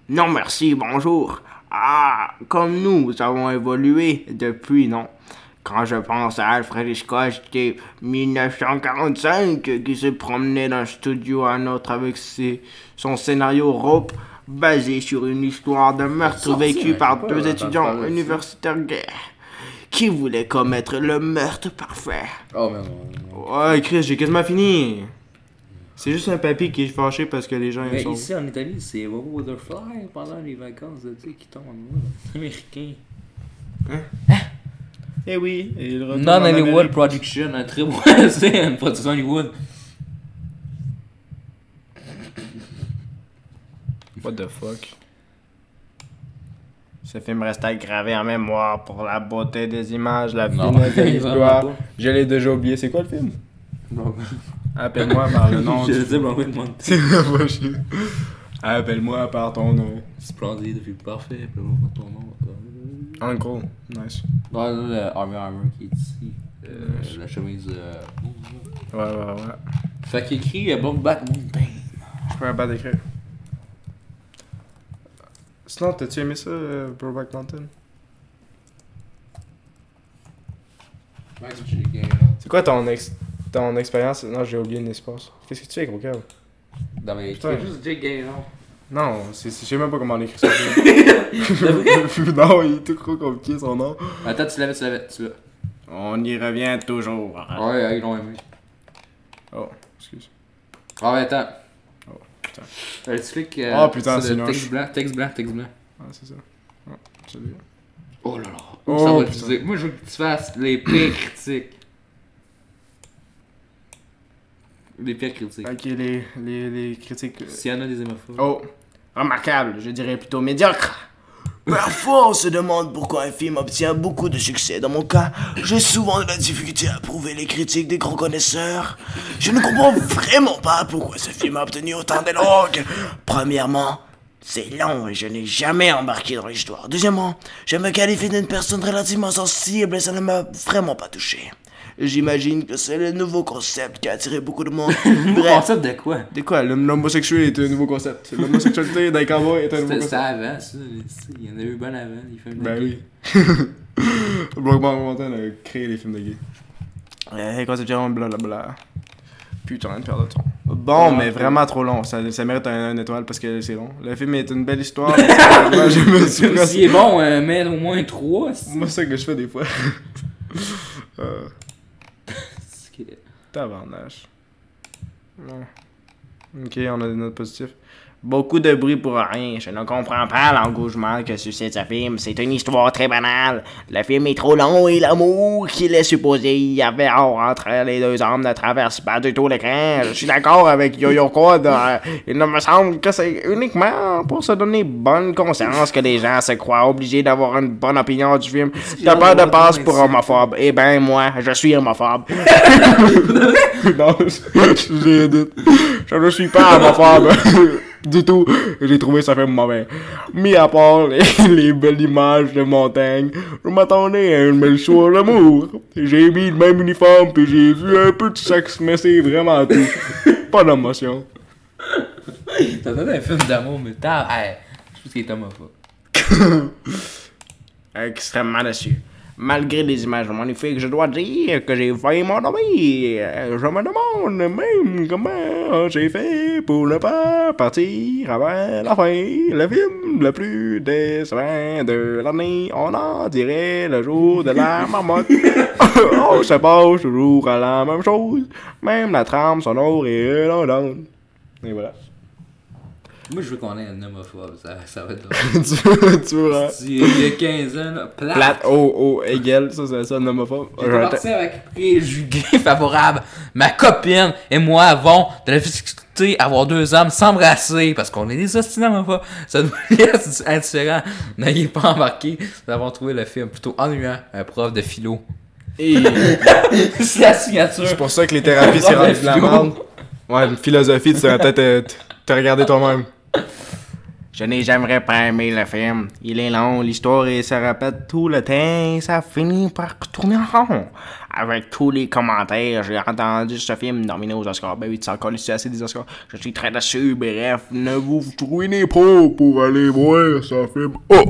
Non merci, bonjour. Ah, comme nous avons évolué depuis, non quand je pense à Alfred Hitchcock de 1945 euh, qui se promenait d'un studio à un autre avec ses- son scénario rope basé sur une histoire de meurtre Sorti, vécu hein, par faut pas deux entendre étudiants parler de ça. universitaires gays qui voulaient commettre le meurtre parfait. Oh, mais on- Ouais, Chris, j'ai quasiment fini. C'est juste un papy qui est fâché parce que les gens ils Mais sont. ici en Italie, c'est Wow the Fly pendant les vacances de qui tombe en amour. Américain. Eh oui, et il retourne en Non-Hollywood Amérique. Production, un très bon. c'est une production Hollywood. What the fuck? Ce film resta gravé en mémoire pour la beauté des images, la Non. finesse de l'histoire. Vraiment Je l'ai déjà oublié. C'est quoi le film Appelle-moi Ah, par le nom. Je du- sais, Blanc-White Mountain. C'est la prochaine. Appelle-moi par ton nom. Splendide, film parfait, appelle-moi par ton nom. euh, En gros, nice. Non, non, le Army Armor qui est ici. Euh, la chemise. Euh... Ouais, ouais, ouais. Fait qu'il écrit euh, Black Mountain. Je peux pas d'écrire. Sinon, t'as-tu aimé ça, euh, Brokeback Mountain C'est quoi ton, ex ton expérience Non, j'ai oublié l'espace. Qu'est-ce que tu fais, gros câble Non, mais Putain. c'est juste Jake hein. Gayron. Non, c'est- c'est- je sais même pas comment l'écrire ça. non, il est tout trop compliqué son nom. Attends, tu l'avais, tu l'avais, tu l'as. On y revient toujours. Ouais, ouais, ils l'ont aimé. Oh, excuse. Ah ouais, attends. Oh, putain. Euh, tu cliques. euh, Oh, putain, sur c'est le noche. Texte blanc, texte blanc, texte blanc. Ah, c'est ça. Ah, c'est bien. Oh là là. Oh, ça va putain. utiliser. Moi, je veux que tu fasses les pires critiques. Les pires critiques. Ok, les, les, les critiques. euh, S'il y en a des hémophobes. Oh, remarquable, je dirais plutôt médiocre. Parfois, on se demande pourquoi un film obtient beaucoup de succès. Dans mon cas, j'ai souvent de la difficulté à prouver les critiques des grands connaisseurs. Je ne comprends vraiment pas pourquoi ce film a obtenu autant d'éloges. Premièrement, c'est long et je n'ai jamais embarqué dans l'histoire. Deuxièmement, je me qualifie d'une personne relativement sensible et ça ne m'a vraiment pas touché. J'imagine que c'est le nouveau concept qui a attiré beaucoup de monde. On Bref, concept de quoi De quoi l'hom- L'homosexuel est un nouveau concept. L'homosexualité d'un cowboy est un nouveau concept. C'était c'était avant, ça. les- c'est- Il y en a eu bien avant, les films. Ben de- oui. Brokeback Mountain a créé les films de gay. Eh, conception, blablabla. Putain, une paire de temps. Bon, Ouais, mais ouais. vraiment trop long. Ça, ça mérite un, une étoile parce que c'est long. Le film est une belle histoire. mais malheureusement, je me suis Si est bon, euh, mets au moins 3. C'est Moi, c'est ça que je fais des fois. euh, tabarnache. Ouais. Ok, on a des notes positives. Beaucoup de bruit pour rien. Je ne comprends pas l'engouement que suscite ce film. C'est une histoire très banale. Le film est trop long et l'amour qu'il est supposé y avoir entre les deux hommes ne traverse pas du tout l'écran. Je suis d'accord avec Yo-Yo Code. Euh, Il ne me semble que c'est uniquement pour se donner bonne conscience que les gens se croient obligés d'avoir une bonne opinion du film. T'as peur de passe pour homophobe. Eh ben, moi, je suis homophobe. non, je- j'ai un doute. Je ne suis pas homophobe du tout. J'ai trouvé ça fait mauvais. Mis à part les, les belles images de montagne, je m'attendais à une belle soirée d'amour. J'ai mis le même uniforme puis j'ai vu un peu de sexe, mais c'est vraiment tout. Pas d'émotion. T'as donné un film d'amour, mais t'as. Hey, je pense qu'il est homophobe. Euh, Extrêmement déçu. Malgré les images magnifiques, je dois dire que j'ai failli m'endormir. Euh, Je me demande même comment j'ai fait pour ne pas partir avant la fin. Le film le plus décevant de l'année, on en dirait le jour de la marmotte. on se passe toujours à la même chose, même la trame sonore est redondante. Et voilà. Moi, je veux qu'on ait un homophobe, ça, ça va être drôle. tu veux, tu veux, hein? Si, Il y a 15 ans, là, plate. Plate, oh, oh, Hegel, ça c'est ça, un homophobe. J'étais parti avec préjugés favorables. Ma copine et moi avons de la difficulté à voir deux hommes s'embrasser parce qu'on est des ostinants, pas. Ça nous laisse indifférents. N'ayez pas embarqué. Nous avons trouvé le film plutôt ennuyant. Un prof de philo. C'est la signature. C'est pour ça que les thérapies, c'est rendu de la merde. Ouais, une philosophie, tu devrais peut-être euh, te- te regarder toi-même. Je n'ai jamais pas aimé le film. Il est long, l'histoire et se répète tout le temps, et ça finit par tourner en rond. Avec tous les commentaires, j'ai entendu ce film nominé aux Oscars. Ben oui, tu sais encore l'histoire c'est des Oscars. Je suis très déçu, bref, ne vous ruinez pas pour aller voir ce film. Oh!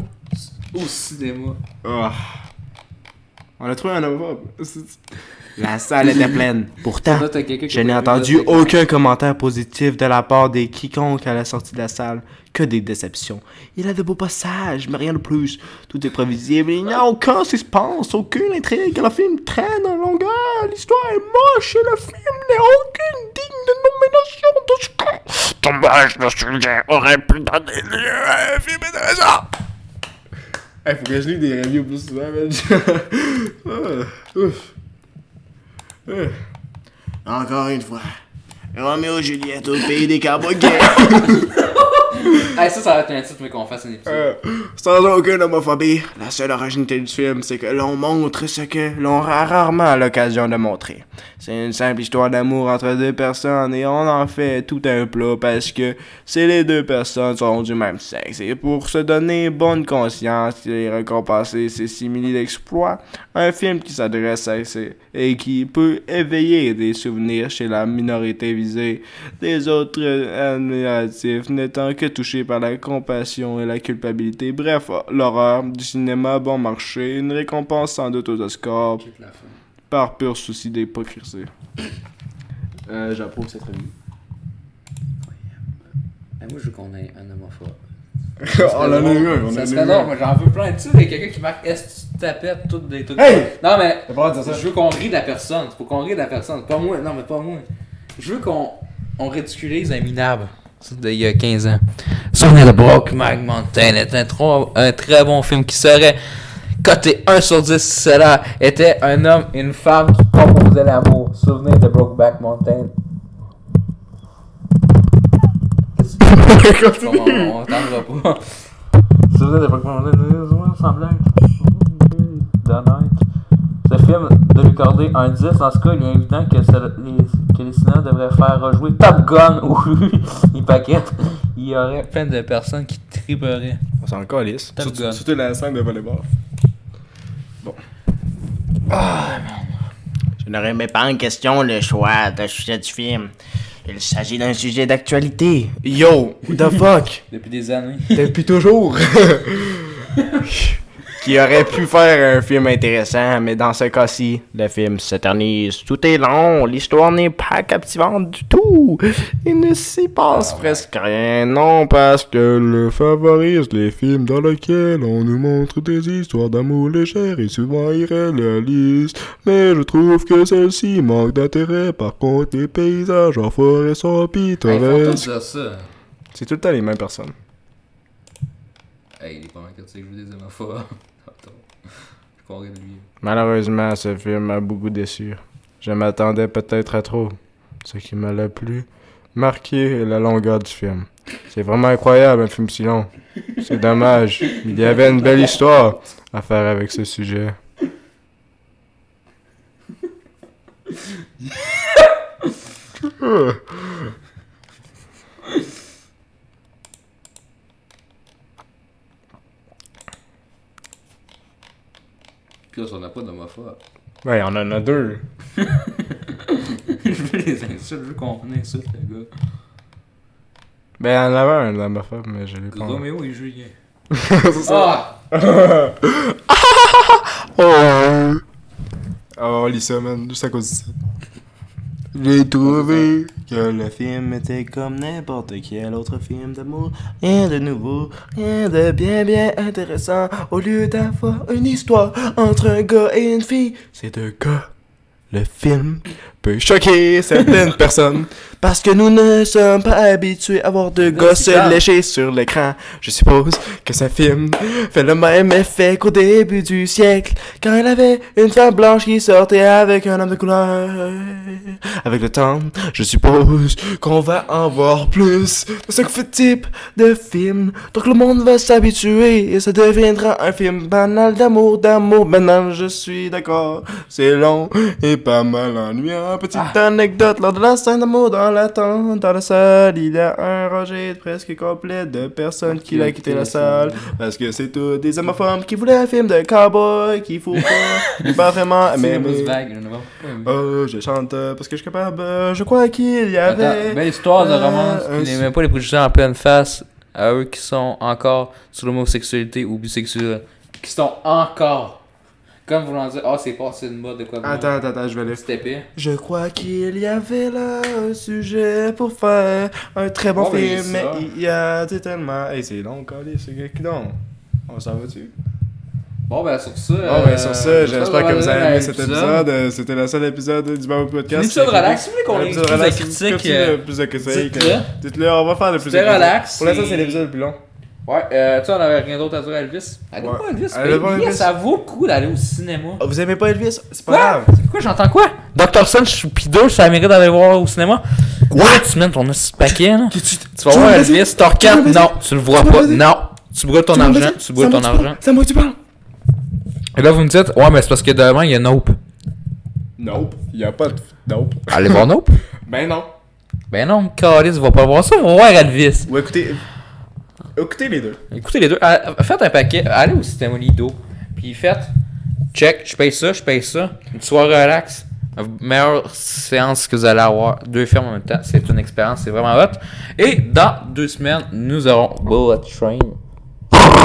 Au cinéma. Ah. On a trouvé un homophobe. La salle était pleine. Pourtant, Là, t'as quelqu'un qui je n'ai a entendu pas aimé le aucun commentaire positif de la part des quiconques à la sortie de la salle. Que des déceptions. Il a de beaux passages, mais rien de plus. Tout est prévisible. Il n'y a aucun suspense, aucune intrigue. Le film traîne en longueur. L'histoire est moche et le film n'est aucune digne de nomination de ce qu'on- Dommage, le sujet aurait pu donner lieu à un film intéressant. Hey, faut que je lis des reviews plus souvent, man. Ah, Ouf. Encore une fois. Roméo et Juliette au pays des cowboys. film. Hey, ça, ça va être un titre, mais qu'on fasse un épisode. Euh, Sans aucune homophobie, la seule originalité du film, c'est que l'on montre ce que l'on a rarement l'occasion de montrer. C'est une simple histoire d'amour entre deux personnes et on en fait tout un plat parce que c'est les deux personnes sont du même sexe. Et pour se donner bonne conscience et récompenser ses simili d'exploit, un film qui s'adresse à ces et qui peut éveiller des souvenirs chez la minorité visée, des autres euh, admiratifs n'étant que touchés par la compassion et la culpabilité. Bref, l'horreur du cinéma bon marché, une récompense sans doute aux Oscars par pur souci d'hypocrisie. euh, J'approuve cette review. Ben, moi, je veux qu'on ait un homophobe. on en a eu un, Oh, on en a Ça eu serait un. drôle, moi j'en veux plein. Tu sais, il y a quelqu'un qui marque Est-ce que tu tapettes toutes des trucs. Hey! Non, mais T'as pas le droit de dire ça. je veux qu'on rie de la personne. Faut qu'on rie de la personne. Pas moi, non, mais pas moi. Je veux qu'on on ridiculise un minable. C'est d'il y a 15 ans. Souvenir de Brokeback Mountain est un, tro- un très bon film qui serait coté 1 sur 10 si cela était un homme et une femme qui proposaient l'amour. Souvenir de Brokeback Mountain. Qu'est-ce que- on on t'entendra pas. Souvenir de Brokeback Mountain, nous semblait ce film de lui accorder un 10, en ce cas, il est évident que, ça- les, que les cinémas devraient faire rejouer Top Gun ou il paquette. Il y aurait plein de personnes qui triperaient. On s'en calisse. Top Surtout, Gun. surtout la scène de volleyball. Je ne remets pas en question le choix de sujet du film. Il s'agit d'un sujet d'actualité. Yo, what the fuck? Depuis des années. Depuis toujours. qui aurait pu faire un film intéressant, mais dans ce cas-ci, le film s'éternise. Tout est long, l'histoire n'est pas captivante du tout. Il ne s'y passe presque rien, non, parce que le favorise les films dans lesquels on nous montre des histoires d'amour légères et souvent irréalistes. Mais je trouve que celle-ci manque d'intérêt, par contre, les paysages en forêt sont pittoresques. ça. C'est tout le temps les mêmes personnes. Hey, il est pas mal critique, je vous des homophobes. Attends. Je croirais de lui. Malheureusement, ce film m'a beaucoup déçu. Je m'attendais peut-être à trop. Ce qui m'a le plus marqué est la longueur du film. C'est vraiment incroyable un film si long. C'est dommage. Il y avait une belle histoire à faire avec ce sujet. Puis là, on n'a pas d'homophobes. Ouais, on en a deux. je veux les insultes, je veux qu'on insulte le gars. Ben, il y en avait un homophobe, mais je l'ai pas. Roméo et Julien. Ah! Oh, oh Lisa, man, juste à cause de ça. J'ai trouvé que le Le film était comme n'importe quel autre film d'amour. Rien de nouveau, rien de bien bien intéressant. Au lieu d'avoir une histoire entre un gars et une fille, c'est deux gars. Le film peut choquer certaines personnes. Parce que nous ne sommes pas habitués à voir deux gars c'est se grave. lécher sur l'écran. Je suppose que ce film fait le même effet qu'au début du siècle, quand il avait une femme blanche qui sortait avec un homme de couleur. Avec le temps, je suppose qu'on va en voir plus de ce type de film. Donc le monde va s'habituer et ça deviendra un film banal d'amour, d'amour. Maintenant, je suis d'accord. C'est long et pas mal ennuyant. Petite anecdote, lors de la scène d'amour dans la tente, dans la salle, il y a un rejet presque complet de personnes qui a quitté la salle. Parce que c'est tous des homophobes qui voulaient un film de cowboy qu'il faut pas, pas vraiment Mais Ah, mais mousse vague, là, non? Attends, Oh, je chante euh, parce que je suis capable. euh, Je crois qu'il y avait. belle histoire de euh, romance un qui n'aimait pas les préjugés en pleine face à eux qui sont encore sur l'homosexualité ou bisexuelle. Qui sont encore. Comme voulant dire, ah, c'est passé de mode de quoi. de même. Attends, attends, attends, je vais aller. C'était pire. Je crois qu'il y avait là un sujet pour faire un très bon Oh, Bon, ben, film, mais ça. il y a c'est tellement. Hey, c'est long, collé, c'est gars qui donc. On s'en va-tu? Bon, ben, sur ça. Ah euh, Bon, ben, sur ça, j'espère que vous avez aimé cet épisode. Euh, C'était le seul épisode du Babo Podcast. L'épisode Écoutez- relax, si vous voulez qu'on Un ait épisode plus de relax. critiques. Continue euh, le plus de critiques. dites-le. Dites-le, on va faire le plus de C'était critiques. relax. Pour l'instant, et- c'est l'épisode le plus long. Ouais, euh, tu sais, on avait rien d'autre à dire à Elvis. Allez Ouais. voir Elvis, Allez paye voir billet, Elvis. ça vaut le coup d'aller au cinéma. Ah, Vous aimez pas Elvis? C'est pas Quoi? grave. C'est quoi, j'entends quoi? Dr. Sun, je suis pideux, ça mérite d'aller voir au cinéma. Quoi? Tu mets ton petit paquet, là. Tu vas voir Elvis, Thor 4, non, tu le vois pas, non. Tu brûles ton argent, tu brûles ton argent. C'est à moi que tu parles. Et là, vous me dites, ouais, mais c'est parce que demain, il y a Nope. Nope. Y'a pas de. Nope. Allez voir Nope? Ben non. Ben non, Calis, va pas voir ça, va voir Elvis. Ou écoutez. Écoutez les deux. Écoutez les deux, à- à- faites un paquet, allez au cinéma Lido, puis faites, check, je paye ça, je paye ça, une soirée relax, la meilleure séance que vous allez avoir, deux films en même temps, c'est une expérience, c'est vraiment hot. Et dans deux semaines, nous aurons Bullet Train.